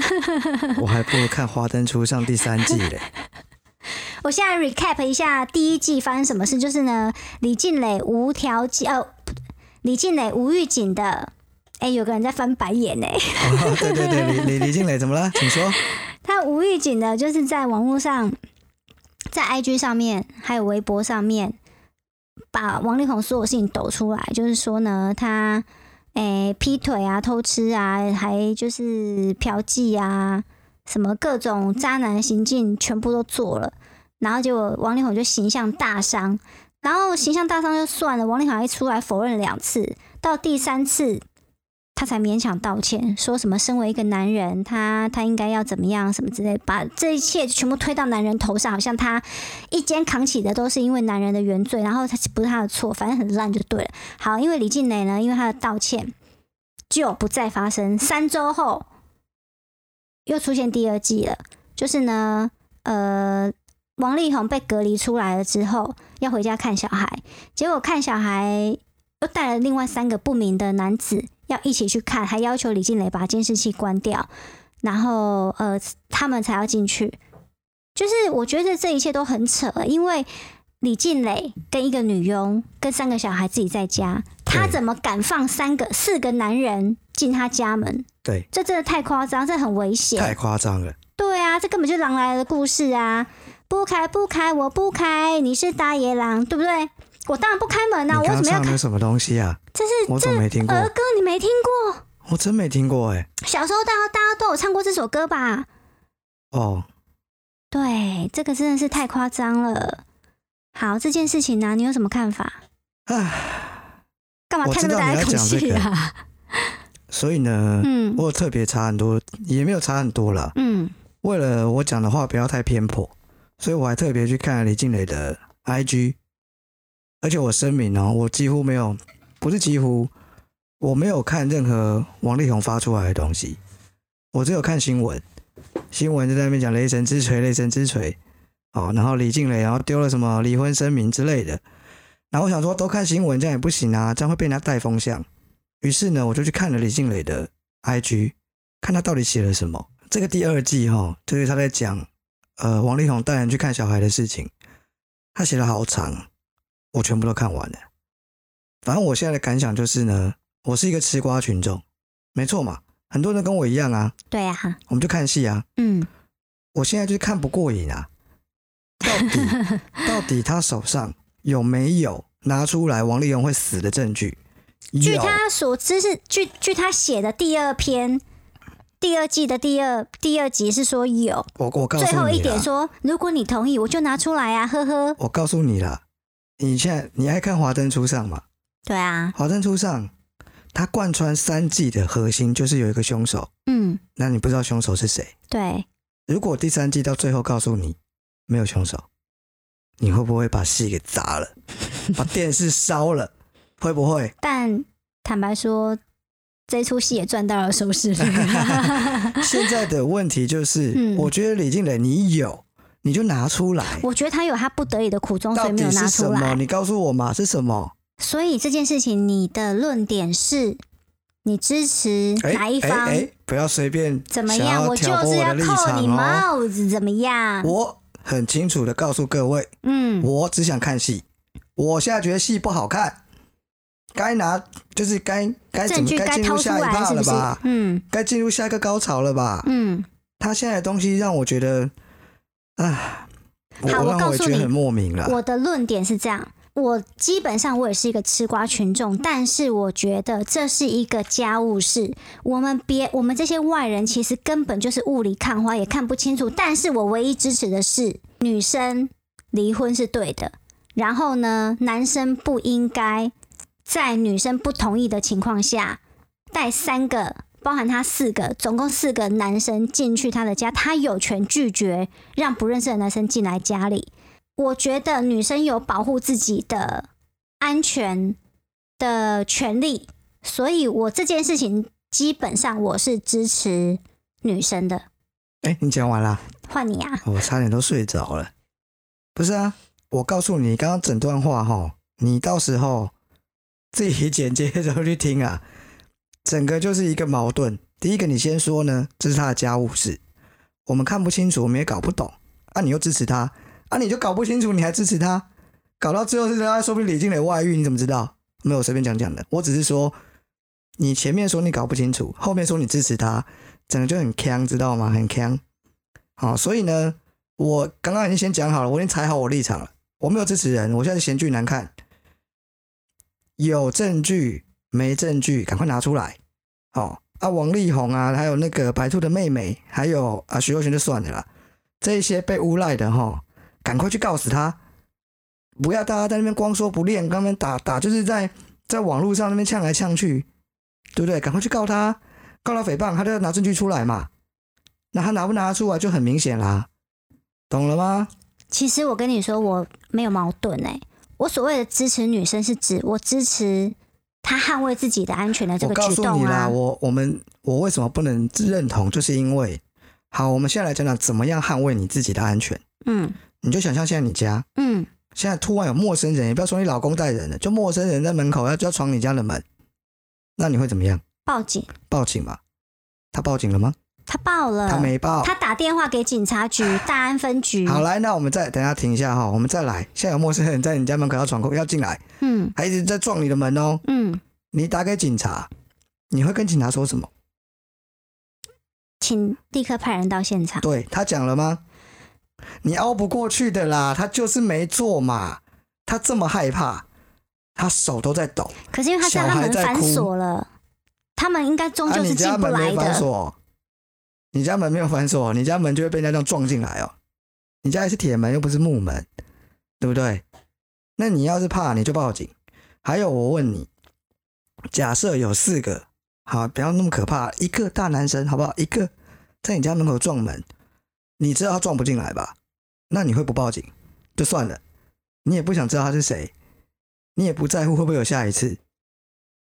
Speaker 1: 我还不如看《华灯初上》第三季 嘞。
Speaker 2: 我现在 recap 一下第一季发生什么事，就是呢，李静蕾无条件呃，不李静蕾无预警的，哎、有个人在翻白眼欸呢、
Speaker 1: 哦对对对，李李李静蕾怎么了？请说。
Speaker 2: 他无预警的，就是在网络上，在 IG 上面，还有微博上面，把王力宏所有事情抖出来，就是说呢，他诶、劈腿啊、偷吃啊，还就是嫖妓啊，什么各种渣男行径全部都做了，然后结果王力宏就形象大伤，然后形象大伤就算了，王力宏还出来否认两次，到第三次他才勉强道歉，说什么身为一个男人，他他应该要怎么样什么之类，把这一切全部推到男人头上，好像他一肩扛起的都是因为男人的原罪，然后他不是他的错，反正很烂就对了。好，因为李静蕾呢，因为她的道歉就不再发生，三周后又出现第二季了，就是呢，呃，王力宏被隔离出来了之后，要回家看小孩，结果看小孩又带了另外三个不明的男子要一起去看，还要求李静蕾把监视器关掉，然后呃，他们才要进去。就是我觉得这一切都很扯，欸因为李静蕾跟一个女佣跟三个小孩自己在家，她
Speaker 1: 对
Speaker 2: 怎么敢放三个四个男人进她家门？
Speaker 1: 对，
Speaker 2: 这真的太夸张，这很危险。
Speaker 1: 太夸张了。
Speaker 2: 对啊，这根本就是狼来了的故事啊！不开不开，我不开，你是大野狼，对不对？我当然不开门
Speaker 1: 你
Speaker 2: 啊，我
Speaker 1: 刚
Speaker 2: 为
Speaker 1: 刚
Speaker 2: 什么要
Speaker 1: 唱
Speaker 2: 开
Speaker 1: 的？什么东西啊？
Speaker 2: 这呃是
Speaker 1: 我怎么没听过？
Speaker 2: 儿歌，你没听过？
Speaker 1: 我真没听过哎。
Speaker 2: 小时候大家大家都有唱过这首歌吧？
Speaker 1: 哦，
Speaker 2: 对，这个真的是太夸张了。好，这件事情呢、你有什么看法？
Speaker 1: 唉，
Speaker 2: 干嘛
Speaker 1: 我
Speaker 2: 看
Speaker 1: 知
Speaker 2: 那么
Speaker 1: 道
Speaker 2: 大
Speaker 1: 你
Speaker 2: 的
Speaker 1: 要
Speaker 2: 口
Speaker 1: 讲这
Speaker 2: 气
Speaker 1: 个
Speaker 2: 啊？
Speaker 1: 所以呢，
Speaker 2: 嗯
Speaker 1: 我有特别差很多，也没有差很多啦。
Speaker 2: 嗯，
Speaker 1: 为了我讲的话不要太偏颇，所以我还特别去看了李静蕾的 IG，而且我声明哦，我几乎没有，不是几乎，我没有看任何王力宏发出来的东西，我只有看新闻，新闻就在那边讲雷神之锤，雷神之锤，哦，然后李静蕾然后丢了什么离婚声明之类的，然后我想说都看新闻这样也不行啊，这样会被人家带风向，于是呢，我就去看了李静蕾的 IG，看他到底写了什么。这个第二季哈、就是他在讲呃王力宏带人去看小孩的事情，他写的好长，我全部都看完了。反正我现在的感想就是呢，我是一个吃瓜群众，没错嘛，很多人都跟我一样啊，
Speaker 2: 对啊，
Speaker 1: 我们就看戏啊，
Speaker 2: 嗯，
Speaker 1: 我现在就是看不过瘾啊，到 底到底他手上有没有拿出来王力宏会死的证据？
Speaker 2: 据
Speaker 1: 有，
Speaker 2: 他所知是据据他写的第二篇第二季的第二第二集是说有，
Speaker 1: 我我告诉你、啊，
Speaker 2: 最后一点说，如果你同意，我就拿出来啊，呵呵。
Speaker 1: 我告诉你啦，你现在你爱看《华灯初上》嘛？
Speaker 2: 对啊，
Speaker 1: 《华灯初上》它贯穿三季的核心就是有一个凶手，
Speaker 2: 嗯，
Speaker 1: 那你不知道凶手是谁。
Speaker 2: 对，
Speaker 1: 如果第三季到最后告诉你没有凶手，你会不会把戏给砸了， 把电视烧了？会不会？
Speaker 2: 但坦白说，这出戏也赚到了收视率。
Speaker 1: 现在的问题就是，
Speaker 2: 嗯
Speaker 1: 我觉得李静蕾你有，你就拿出来，
Speaker 2: 我觉得他有他不得已的苦衷，所
Speaker 1: 到
Speaker 2: 以没有
Speaker 1: 底
Speaker 2: 拿
Speaker 1: 是
Speaker 2: 出
Speaker 1: 什么？
Speaker 2: 来。
Speaker 1: 你告诉我嘛，是什么？
Speaker 2: 所以这件事情，你的论点是你支持
Speaker 1: 哎
Speaker 2: 哪一
Speaker 1: 哎
Speaker 2: 方？
Speaker 1: 哎，不要随便
Speaker 2: 怎么
Speaker 1: 想
Speaker 2: 样？
Speaker 1: 要
Speaker 2: 就
Speaker 1: 挑拨
Speaker 2: 是
Speaker 1: 我
Speaker 2: 要
Speaker 1: 的立
Speaker 2: 扣
Speaker 1: 场
Speaker 2: 你
Speaker 1: 哦。
Speaker 2: 帽子，怎么样？
Speaker 1: 我很清楚的告诉各位，
Speaker 2: 啊嗯，
Speaker 1: 我只想看戏，我现在觉得戏不好看，该拿就是该该怎
Speaker 2: 证
Speaker 1: 么
Speaker 2: 据
Speaker 1: 该
Speaker 2: 该
Speaker 1: 进
Speaker 2: 掏
Speaker 1: 入
Speaker 2: 出
Speaker 1: 下一
Speaker 2: 来，
Speaker 1: 趴
Speaker 2: 是不
Speaker 1: 了
Speaker 2: 是
Speaker 1: 吧？？
Speaker 2: 嗯
Speaker 1: 该进入下一个高潮了吧？
Speaker 2: 嗯，
Speaker 1: 他现在的东西让我觉得，啊，我
Speaker 2: 好我
Speaker 1: 让
Speaker 2: 告
Speaker 1: 我
Speaker 2: 诉
Speaker 1: 觉得
Speaker 2: 你
Speaker 1: 很莫名了。
Speaker 2: 我的论点是这样。我基本上我也是一个吃瓜群众，但是我觉得这是一个家务事。我们别我们这些外人其实根本就是雾里看花，也看不清楚。但是我唯一支持的是女生离婚是对的，然后呢，男生不应该在女生不同意的情况下带三个。包含他四个，总共四个男生进去他的家，他有权拒绝让不认识的男生进来家里。我觉得女生有保护自己的安全的权利，所以我这件事情基本上我是支持女生的。
Speaker 1: 哎、你讲完啦，
Speaker 2: 换你啊，
Speaker 1: 我差点都睡着了。不是啊，我告诉你，刚刚整段话哈，你到时候自己剪接的时候去听啊，整个就是一个矛盾。第一个，你先说呢，这是他的家务事，我们看不清楚，我们也搞不懂啊，你又支持他啊，你就搞不清楚，你还支持他，搞到最后是他说不定李静蕾外遇，你怎么知道？没有，我随便讲讲的，我只是说，你前面说你搞不清楚，后面说你支持他，整个就很坑，知道吗？很坑。好，所以呢，我刚刚已经先讲好了，我已经踩好我立场了，我没有支持人，我现在是嫌剧难看，有证据没证据，赶快拿出来。哦，啊，王力宏啊，还有那个白兔的妹妹，还有啊徐若瑄就算了啦，这一些被诬赖的哈、赶快去告死他，不要大家在那边光说不练，刚刚打打就是在在网络上那边呛来呛去，对不对？赶快去告他，告他诽谤，他就要拿证据出来嘛。那他拿不拿得出来就很明显啦，懂了吗？
Speaker 2: 其实我跟你说，我没有矛盾哎、我所谓的支持女生，是指我支持她捍卫自己的安全的这
Speaker 1: 我
Speaker 2: 个
Speaker 1: 告
Speaker 2: 举
Speaker 1: 诉
Speaker 2: 动
Speaker 1: 你啦，
Speaker 2: 啊。
Speaker 1: 我我们我为什么不能认同，就是因为好，我们现在来讲讲怎么样捍卫你自己的安全。
Speaker 2: 嗯
Speaker 1: 你就想象现在你家
Speaker 2: 嗯，
Speaker 1: 现在突然有陌生人，也不要说你老公带人了，就陌生人在门口要就要闯你家的门，那你会怎么样？
Speaker 2: 报警，
Speaker 1: 报警吗？他报警了吗？
Speaker 2: 他报了，
Speaker 1: 他没报。
Speaker 2: 嗯他嗯打电话给警察局、大安分局。
Speaker 1: 好，来，那我们再等一下停一下哈，我们再来。现在有陌生人在你家门口要闯空要进来，
Speaker 2: 嗯
Speaker 1: 还一直在撞你的门哦。
Speaker 2: 嗯，
Speaker 1: 你打给警察，你会跟警察说什么？
Speaker 2: 请立刻派人到现场。
Speaker 1: 对他讲了吗？你熬不过去的啦，他就是没做嘛。他这么害怕，他手都在抖。
Speaker 2: 可是因为他知道
Speaker 1: 小
Speaker 2: 他
Speaker 1: 孩
Speaker 2: 门
Speaker 1: 在
Speaker 2: 反
Speaker 1: 哭
Speaker 2: 锁了，他们应该终
Speaker 1: 啊，
Speaker 2: 究
Speaker 1: 你
Speaker 2: 是进
Speaker 1: 家
Speaker 2: 不
Speaker 1: 门
Speaker 2: 来
Speaker 1: 没
Speaker 2: 的。
Speaker 1: 反锁，你家门没有反锁，你家门就会被人家这样撞进来哦。你家也是铁门，又不是木门，对不对？那你要是怕，你就报警。还有，我问你，假设有四个，好，不要那么可怕，一个大男生好不好？一个在你家门口撞门，你知道他撞不进来吧？那你会不报警就算了，你也不想知道他是谁，你也不在乎会不会有下一次，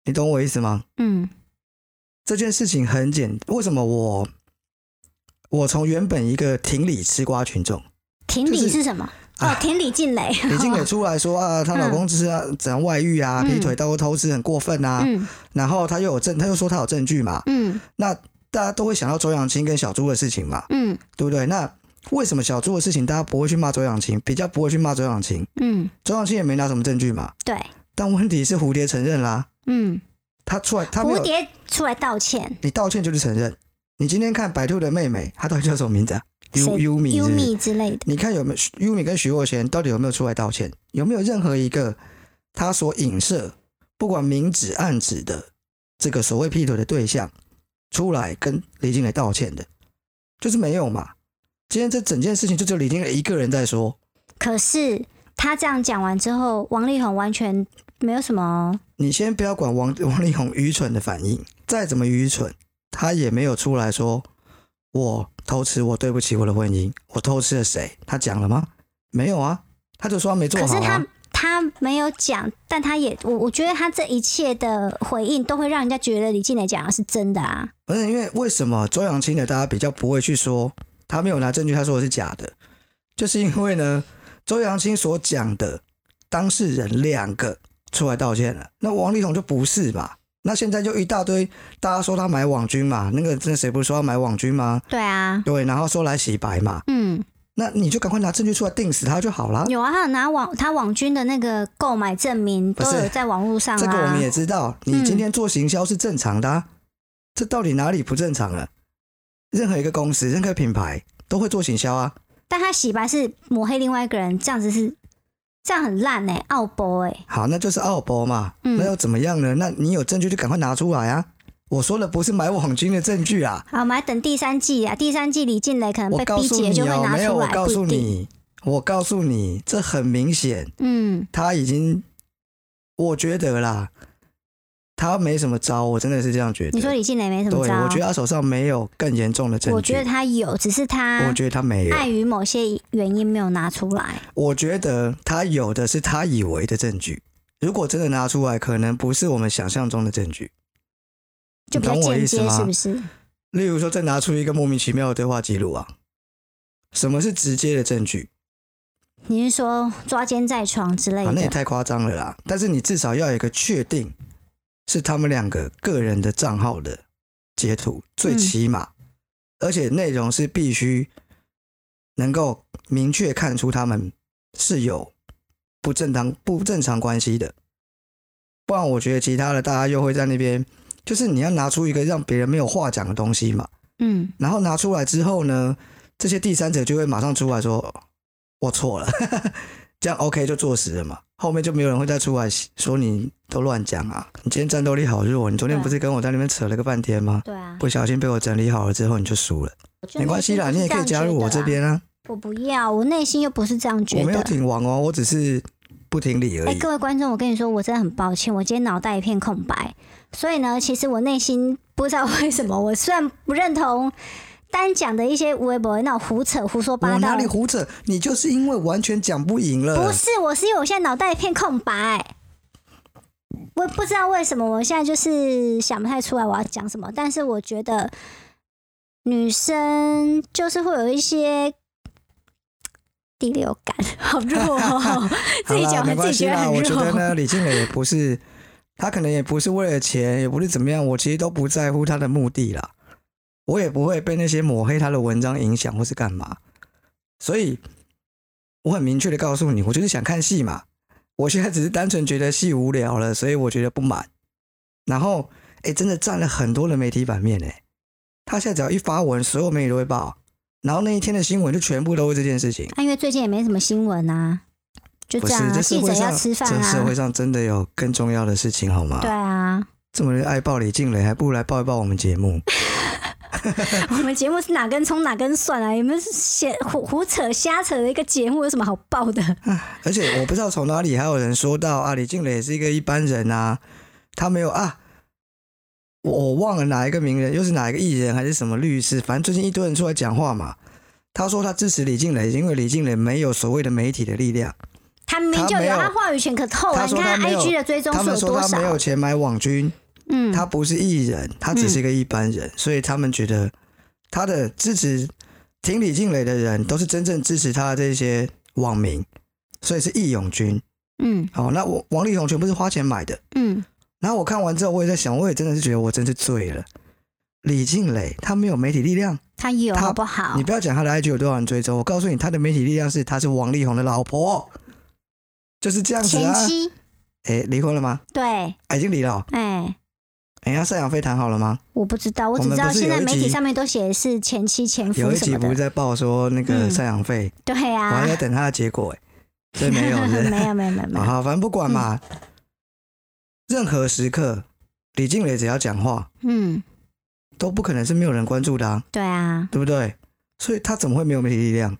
Speaker 1: 你懂我意思吗？
Speaker 2: 嗯
Speaker 1: 这件事情很简，为什么我我从原本一个挺理吃瓜群
Speaker 2: 哦
Speaker 1: 众，，
Speaker 2: 挺
Speaker 1: 就
Speaker 2: 理
Speaker 1: 是
Speaker 2: 是什么？哦
Speaker 1: 啊，
Speaker 2: 挺理进雷。
Speaker 1: 李静蕾出来说啊，她老公就是啊怎样外遇啊，
Speaker 2: 嗯
Speaker 1: 劈腿到偷吃很过分啊，
Speaker 2: 嗯
Speaker 1: 然后她又有证，她又说她有证据嘛，
Speaker 2: 嗯
Speaker 1: 那大家都会想到周扬青跟小猪的事情嘛，
Speaker 2: 嗯
Speaker 1: 对不对？那为什么小猪的事情大家不会去骂周扬青，比较不会去骂周扬青？
Speaker 2: 嗯，
Speaker 1: 周扬青也没拿什么证据嘛，
Speaker 2: 对，
Speaker 1: 但问题是蝴蝶承认啦，
Speaker 2: 嗯，
Speaker 1: 她出来她没
Speaker 2: 蝴
Speaker 1: 有
Speaker 2: 蝶出来道歉，
Speaker 1: 你道歉就是承认。你今天看白兔的妹妹，她到底叫什么名字啊？U
Speaker 2: 谁
Speaker 1: U 米是
Speaker 2: 优
Speaker 1: 不是？
Speaker 2: 米之类的。
Speaker 1: 你看有没有 Umi 跟徐若瑄到底有没有出来道歉？有没有任何一个他所影射，不管明指暗指的这个所谓劈腿的对象出来跟李金磊道歉的？就是没有嘛。今天这整件事情就只有李金磊一个人在说，
Speaker 2: 可是他这样讲完之后，王力宏完全没有什么。
Speaker 1: 你先不要管王王力宏愚蠢的反应，再怎么愚蠢，他也没有出来说我偷吃，我对不起我的婚姻，我偷吃了谁？他讲了吗？没有啊，他就说他没做
Speaker 2: 可
Speaker 1: 好、
Speaker 2: 是
Speaker 1: 啊。
Speaker 2: 他他没有讲，但他也我我觉得他这一切的回应都会让人家觉得李静蕾讲的是真的啊。
Speaker 1: 不是因为为什么周扬青的大家比较不会去说他没有拿证据，他说的是假的，就是因为呢，周扬青所讲的当事人两个出来道歉了，那王力宏就不是嘛？那现在就一大堆，大家说他买网军嘛，那个那谁不是说要买网军吗？
Speaker 2: 对啊，
Speaker 1: 对，然后说来洗白嘛，
Speaker 2: 嗯，
Speaker 1: 那你就赶快拿证据出来定死他就好啦。
Speaker 2: 有啊，还有拿网他网军的那个购买证明
Speaker 1: 不
Speaker 2: 都
Speaker 1: 是
Speaker 2: 有在网络上啦。啊
Speaker 1: 这个我们也知道，你今天做行销是正常的、啊，这到底哪里不正常了？任何一个公司、任何品牌都会做行销啊，
Speaker 2: 但他洗白是抹黑另外一个人，这样子是这样很烂哎、欸，奥博哎，
Speaker 1: 好，那就是奥博嘛，
Speaker 2: 嗯
Speaker 1: 那又怎么样呢？那你有证据就赶快拿出来啊！我说的不是买网军的证据啊，
Speaker 2: 好，我们来等第三季啊，第三季李静蕾可能
Speaker 1: 我
Speaker 2: 被
Speaker 1: 告
Speaker 2: 逼
Speaker 1: 诉
Speaker 2: 急了
Speaker 1: 你
Speaker 2: 就会
Speaker 1: 哦，
Speaker 2: 拿
Speaker 1: 没有，
Speaker 2: 出
Speaker 1: 我
Speaker 2: 来，
Speaker 1: 告诉
Speaker 2: 不一定，
Speaker 1: 你，我告诉你，这很明显，
Speaker 2: 嗯
Speaker 1: 他已经，我觉得啦，他没什么招，我真的是这样觉得。
Speaker 2: 你说李静蕾没什
Speaker 1: 对，
Speaker 2: 么招，
Speaker 1: 我觉得他手上没有更严重的证据。
Speaker 2: 我觉得他有，只是
Speaker 1: 我
Speaker 2: 他
Speaker 1: 觉得他没有，
Speaker 2: 碍于某些原因没有拿出来。
Speaker 1: 我觉得他有的是他以为的证据，如果真的拿出来，可能不是我们想象中的证据。
Speaker 2: 就比较
Speaker 1: 你懂我
Speaker 2: 间
Speaker 1: 意思
Speaker 2: 接，
Speaker 1: 吗
Speaker 2: 是不是？
Speaker 1: 例如说，再拿出一个莫名其妙的对话记录啊，什么是直接的证据？
Speaker 2: 你是说抓奸在床之类
Speaker 1: 啊，那也
Speaker 2: 的？
Speaker 1: 太夸张了啦！但是你至少要有一个确定是他们两个个人的账号的截图，最
Speaker 2: 嗯
Speaker 1: 起码，而且内容是必须能够明确看出他们是有不正当不正常关系的，不然我觉得其他的大家又会在那边，就是你要拿出一个让别人没有话讲的东西嘛，
Speaker 2: 嗯，
Speaker 1: 然后拿出来之后呢，这些第三者就会马上出来说我错了， 这样 OK 就坐实了嘛。后面就没有人会再出来说你都乱讲啊，你今天战斗力好弱，你昨天
Speaker 2: 对
Speaker 1: 不是跟我在那边扯了个半天吗？
Speaker 2: 对啊，
Speaker 1: 不小心被我整理好了之后你就输了，
Speaker 2: 我觉得
Speaker 1: 没关系啦，
Speaker 2: 内
Speaker 1: 你
Speaker 2: 心
Speaker 1: 也可以加入我
Speaker 2: 就是
Speaker 1: 这
Speaker 2: 样觉得啦。
Speaker 1: 边啊。
Speaker 2: 我不要，我内心又不是这样觉
Speaker 1: 我没有
Speaker 2: 得。
Speaker 1: 挺王哦，我只是不挺理而
Speaker 2: 哎、
Speaker 1: 已。
Speaker 2: 各位观众，我跟你说，我真的很抱歉，我今天脑袋一片空白，所以呢，其实我内心不知道 为什么，我虽然不认同单讲的一些微博那种胡扯、胡说八
Speaker 1: 我哪
Speaker 2: 道
Speaker 1: 里，胡扯？你就是因为完全讲不赢了。
Speaker 2: 不是，我是因为我现在脑袋一片空白，我不知道为什么，我现在就是想不太出来我要讲什么。但是我觉得女生就是会有一些第六感， 好 弱、哦，自己
Speaker 1: 好啦
Speaker 2: 讲
Speaker 1: 没
Speaker 2: 还自
Speaker 1: 关
Speaker 2: 己
Speaker 1: 系
Speaker 2: 觉得
Speaker 1: 啦。
Speaker 2: 很
Speaker 1: 我觉得
Speaker 2: 弱。
Speaker 1: 呢，李静蕾也不是，她可能也不是为了钱，也不是怎么样，我其实都不在乎她的目的啦。我也不会被那些抹黑她的文章影响或是干嘛，所以我很明确的告诉你，我就是想看戏嘛。我现在只是单纯觉得戏无聊了，所以我觉得不满。然后，哎、真的占了很多的媒体版面哎、他现在只要一发文，所有媒体都会报，然后那一天的新闻就全部都是这件事情。
Speaker 2: 啊因为最近也没什么新闻啊，就
Speaker 1: 不
Speaker 2: 这
Speaker 1: 是
Speaker 2: 样，啊，
Speaker 1: 这
Speaker 2: 记
Speaker 1: 社
Speaker 2: 者
Speaker 1: 会
Speaker 2: 要
Speaker 1: 上，
Speaker 2: 吃饭
Speaker 1: 这社
Speaker 2: 啊
Speaker 1: 会，上真的有更重要的事情，好吗？
Speaker 2: 对啊。
Speaker 1: 这么爱爆李静蕾，还不如来爆一爆我们节 目。
Speaker 2: 我们节目是哪根葱哪根蒜啊？你们是闲胡胡扯瞎扯的一个节目，有什么好爆的？
Speaker 1: 而且我不知道从哪里还有人说到啊，李静蕾也是一个一般人啊，他没有啊，我我忘了哪一个名人，又是哪一个艺人还是什么律师，反正最近一堆人出来讲话嘛。他说他支持李静蕾，因为李静蕾没有所谓的媒体的力量。
Speaker 2: 他明明就
Speaker 1: 他没有
Speaker 2: 有，他话语权可透啊！
Speaker 1: 他
Speaker 2: 你
Speaker 1: 说他
Speaker 2: 看
Speaker 1: 没有
Speaker 2: IG 的追踪
Speaker 1: 他
Speaker 2: 数
Speaker 1: 们
Speaker 2: 有
Speaker 1: 说
Speaker 2: 多
Speaker 1: 他没有
Speaker 2: 少？
Speaker 1: 钱买网军，
Speaker 2: 嗯，
Speaker 1: 他不是艺人，他只是一个一般人，所以他们觉得他的支持挺李静蕾的人都是真正支持他的这些网民，所以是义勇军。
Speaker 2: 嗯
Speaker 1: 好，那我王力宏全部是花钱买的。
Speaker 2: 嗯，
Speaker 1: 然后我看完之后，我也在想，我也真的是觉得我真是醉了。李静蕾她没有媒体力量，
Speaker 2: 他有
Speaker 1: 他
Speaker 2: 好不好
Speaker 1: 你？不要讲她的 IG 有多少人追踪，我告诉你，她的媒体力量是她是王力宏的老婆，就是这样子
Speaker 2: 前
Speaker 1: 啊。
Speaker 2: 妻
Speaker 1: 哎，离婚了吗？
Speaker 2: 对，
Speaker 1: 啊已经离了哦。
Speaker 2: 哎，
Speaker 1: 哎，要赡养费谈好了吗？
Speaker 2: 我不知道，我
Speaker 1: 我
Speaker 2: 只
Speaker 1: 们
Speaker 2: 知道
Speaker 1: 不是
Speaker 2: 现在
Speaker 1: 有一
Speaker 2: 媒体
Speaker 1: 集
Speaker 2: 上面都写的是前妻前
Speaker 1: 有
Speaker 2: 夫
Speaker 1: 一
Speaker 2: 什
Speaker 1: 集
Speaker 2: 么
Speaker 1: 不是
Speaker 2: 的，
Speaker 1: 在报说那个
Speaker 2: 嗯
Speaker 1: 赡养费，
Speaker 2: 对
Speaker 1: 我还在
Speaker 2: 啊，
Speaker 1: 等他的结果 哎、所以没有是不是
Speaker 2: 没有没有没有嗯没
Speaker 1: 啊，
Speaker 2: 有，
Speaker 1: 好反正不管嘛，任何时刻，李静蕾只要讲话，
Speaker 2: 嗯，
Speaker 1: 都不可能是没有人关注的、啊，
Speaker 2: 对啊，
Speaker 1: 对不对？所以他怎么会没有媒体力量？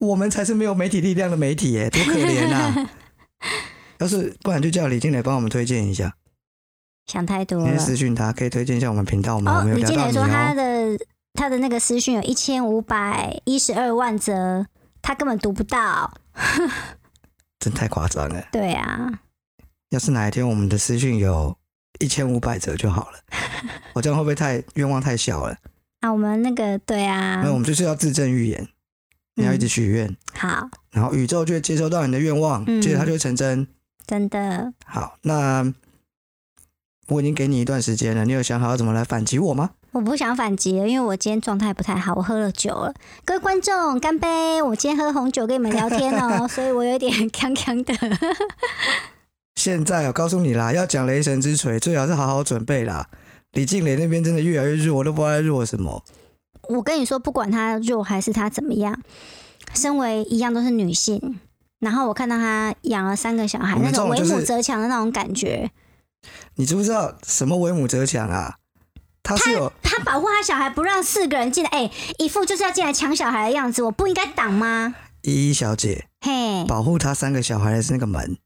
Speaker 1: 我们才是没有媒体力量的媒体 耶、多可怜啊！要是不然就叫李静蕾帮我们推荐一下，
Speaker 2: 想太多
Speaker 1: 你可以
Speaker 2: 了。
Speaker 1: 私讯他，可以推荐一下我们频道吗？我
Speaker 2: 哦，
Speaker 1: 们有
Speaker 2: 李
Speaker 1: 聊
Speaker 2: 静
Speaker 1: 到
Speaker 2: 蕾
Speaker 1: 你
Speaker 2: 说他
Speaker 1: 哦。
Speaker 2: 的他的那个私讯有一千五百一十二万则，他根本读不到。
Speaker 1: 真太夸张了。
Speaker 2: 对啊，
Speaker 1: 要是哪一天我们的私讯有一千五百折就好 了，我这样会不会太愿望太小了？
Speaker 2: 啊，我们那个对啊嗯
Speaker 1: 那、，我们就是要自证预言，你要一直许愿，
Speaker 2: 好，
Speaker 1: 然后宇宙就会接收到你的愿望，
Speaker 2: 嗯
Speaker 1: 接着它就会成真。
Speaker 2: 真的，
Speaker 1: 好，那我已经给你一段时间了，你有想好要怎么来反击我吗？
Speaker 2: 我不想反击了，因为我今天状态不太好，我喝了酒了。各位观众，干杯！我今天喝红酒跟你们聊 天哦，所以我有点 康康的。
Speaker 1: 现在我告诉你啦，要讲雷神之锤，最好是好好准备啦。李静蕾那边真的越来越弱，我都不知道在弱什么。
Speaker 2: 我跟你说，不管她弱还是她怎么样，身为一样都是女性，然后我看到她养了三个小孩，
Speaker 1: 我们
Speaker 2: 那
Speaker 1: 这
Speaker 2: 种
Speaker 1: 种
Speaker 2: 为
Speaker 1: 就是
Speaker 2: 母则强的那种感觉，
Speaker 1: 你知不知道什么为母则强啊？他是有
Speaker 2: 她保护她小孩不让四个人进来，哎、一副就是要进来抢小孩的样子，我不应该挡吗？
Speaker 1: 依依小姐
Speaker 2: 嘿，
Speaker 1: 保护她三个小孩的是那个门，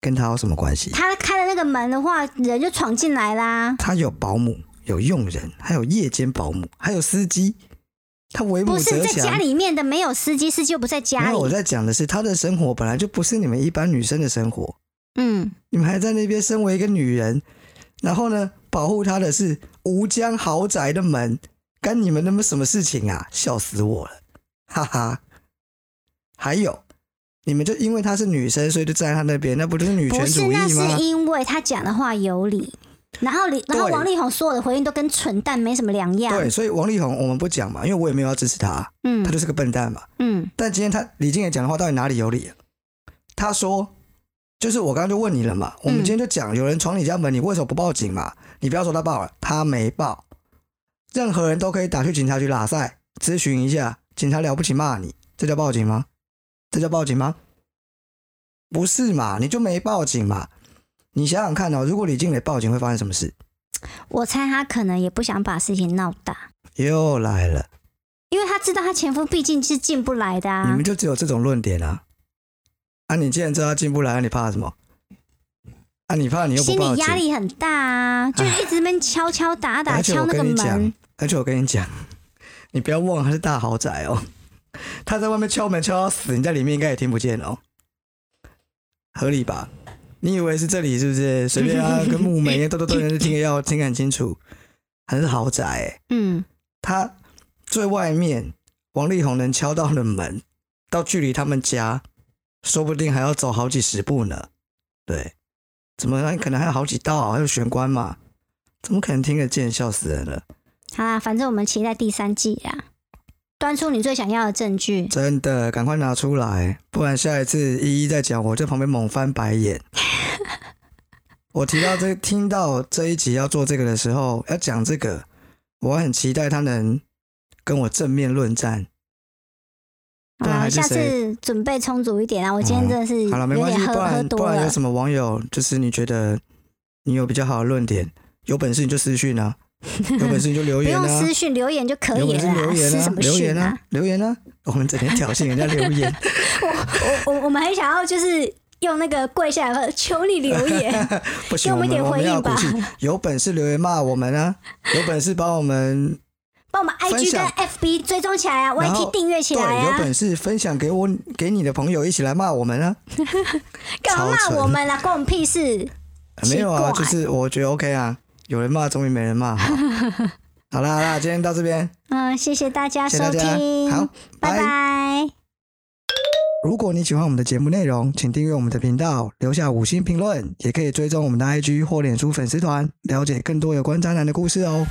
Speaker 1: 跟她有什么关系？
Speaker 2: 她开了那个门的话，人就闯进来啦。
Speaker 1: 她有保姆，有佣人，还有夜间保姆，还有司机。她为母
Speaker 2: 不是
Speaker 1: 则
Speaker 2: 在家
Speaker 1: 强。
Speaker 2: 里面的，没有司机，司机又不在家
Speaker 1: 没
Speaker 2: 里
Speaker 1: 有，。我在讲的是她的生活本来就不是你们一般女生的生活，
Speaker 2: 嗯，
Speaker 1: 你们还在那边身为一个女人，然后呢，保护她的是吴江豪宅的门，干你们那么什么事情啊？笑死我了，哈哈。还有，你们就因为她是女生，所以就站在她那边，那不就是女权
Speaker 2: 不是，
Speaker 1: 主义
Speaker 2: 那
Speaker 1: 吗
Speaker 2: 是？因为他讲的话有理，然后李，然后
Speaker 1: 对
Speaker 2: 王力宏所有的回应都跟蠢蛋没什么两样。
Speaker 1: 对，所以王力宏我们不讲嘛，因为我也没有要支持他，
Speaker 2: 嗯
Speaker 1: 他就是个笨蛋嘛。
Speaker 2: 嗯
Speaker 1: 但今天他李静也讲的话到底哪里有理、啊？他说，就是我刚刚就问你了嘛，我们今天就讲有人闯你家门，你为什么不报警嘛？你不要说他报了，他没报，任何人都可以打去警察局拉塞咨询一下，警察了不起骂你，这叫报警吗？这叫报警吗？不是嘛，你就没报警嘛？你想想看哦，如果李静蕾报警会发生什么事？
Speaker 2: 我猜他可能也不想把事情闹大，
Speaker 1: 又来了，
Speaker 2: 因为他知道他前夫毕竟是进不来的
Speaker 1: 你
Speaker 2: 啊
Speaker 1: 们。就只有这种论点啊！啊，你既然知道他进不来，啊你怕什么？啊，你怕你又不
Speaker 2: 心
Speaker 1: 报
Speaker 2: 理
Speaker 1: 警
Speaker 2: 压？力很大啊，就是一直边敲敲打打
Speaker 1: 而且
Speaker 2: 敲
Speaker 1: 我
Speaker 2: 那个
Speaker 1: 跟你
Speaker 2: 门
Speaker 1: 讲，，而且我跟你讲，你不要忘了他是大豪宅哦，他在外面敲门敲到死，你在里面应该也听不见哦，合理吧？你以为是这里是不是？随便 啊，跟木门一样，都都都人都听得要听得很清楚，还是豪宅、欸？
Speaker 2: 嗯，
Speaker 1: 他最外面王力宏能敲到的门，到距离他们家，说不定还要走好几十步呢。对，怎么可能还有好几道，啊还有玄关嘛？怎么可能听得见？笑死人了！
Speaker 2: 好啦，反正我们期待第三季啦，端出你最想要的证据。
Speaker 1: 真的，赶快拿出来，不然下一次一一再讲，我在旁边猛翻白眼。我提到这，听到这一集要做这个的时候，要讲这个，我很期待他能跟我正面论战。不然
Speaker 2: 啊，
Speaker 1: 还是
Speaker 2: 下
Speaker 1: 谁哦
Speaker 2: 次准备充足一点啊！我今天真的是
Speaker 1: 好了，没
Speaker 2: 有
Speaker 1: 关
Speaker 2: 点
Speaker 1: 系，
Speaker 2: 喝
Speaker 1: 不
Speaker 2: 喝
Speaker 1: 然不
Speaker 2: 多
Speaker 1: 然有
Speaker 2: 了。
Speaker 1: 什么网友就是你觉得你有比较好的论点，有本事你就私讯啊，有本事你就留
Speaker 2: 不
Speaker 1: 言
Speaker 2: 用
Speaker 1: 啊
Speaker 2: 私，讯留言就可
Speaker 1: 有
Speaker 2: 以
Speaker 1: 本事
Speaker 2: 了啦，
Speaker 1: 留言
Speaker 2: 私
Speaker 1: 啊
Speaker 2: 什，么
Speaker 1: 留言
Speaker 2: 讯
Speaker 1: 啊？，留言啊，我们整天挑衅人家留言，
Speaker 2: 我我我们很想要就是用那个跪下来求你留 言，
Speaker 1: 不行，
Speaker 2: 给
Speaker 1: 我
Speaker 2: 我
Speaker 1: 们
Speaker 2: 们一点
Speaker 1: 我们
Speaker 2: 回
Speaker 1: 要
Speaker 2: 应吧
Speaker 1: 鼓气， 有本事留言骂我们啊，有本事帮我们
Speaker 2: 帮我们
Speaker 1: 分
Speaker 2: IG 跟
Speaker 1: 享
Speaker 2: FB 追踪起来啊
Speaker 1: 然后
Speaker 2: ，YT 订阅起
Speaker 1: 对，
Speaker 2: 来
Speaker 1: 有
Speaker 2: 啊，
Speaker 1: 本事分享给我给你的朋友一起来骂我们啊，
Speaker 2: 干嘛
Speaker 1: 超
Speaker 2: 骂
Speaker 1: 蠢
Speaker 2: 我们啊？关我们屁事！
Speaker 1: 没有啊，
Speaker 2: 奇
Speaker 1: 就
Speaker 2: 怪
Speaker 1: 是我觉得 OK 啊，有人骂终于没人骂，好好啦好啦，今天到这边，
Speaker 2: 嗯，谢谢大家
Speaker 1: 谢
Speaker 2: 收
Speaker 1: 谢大家，好
Speaker 2: 听，，拜拜。
Speaker 1: 如果你喜欢我们的节目内容，请订阅我们的频道，留下五星评论，也可以追踪我们的 IG 或脸书粉丝团，了解更多有关渣男的故事哦。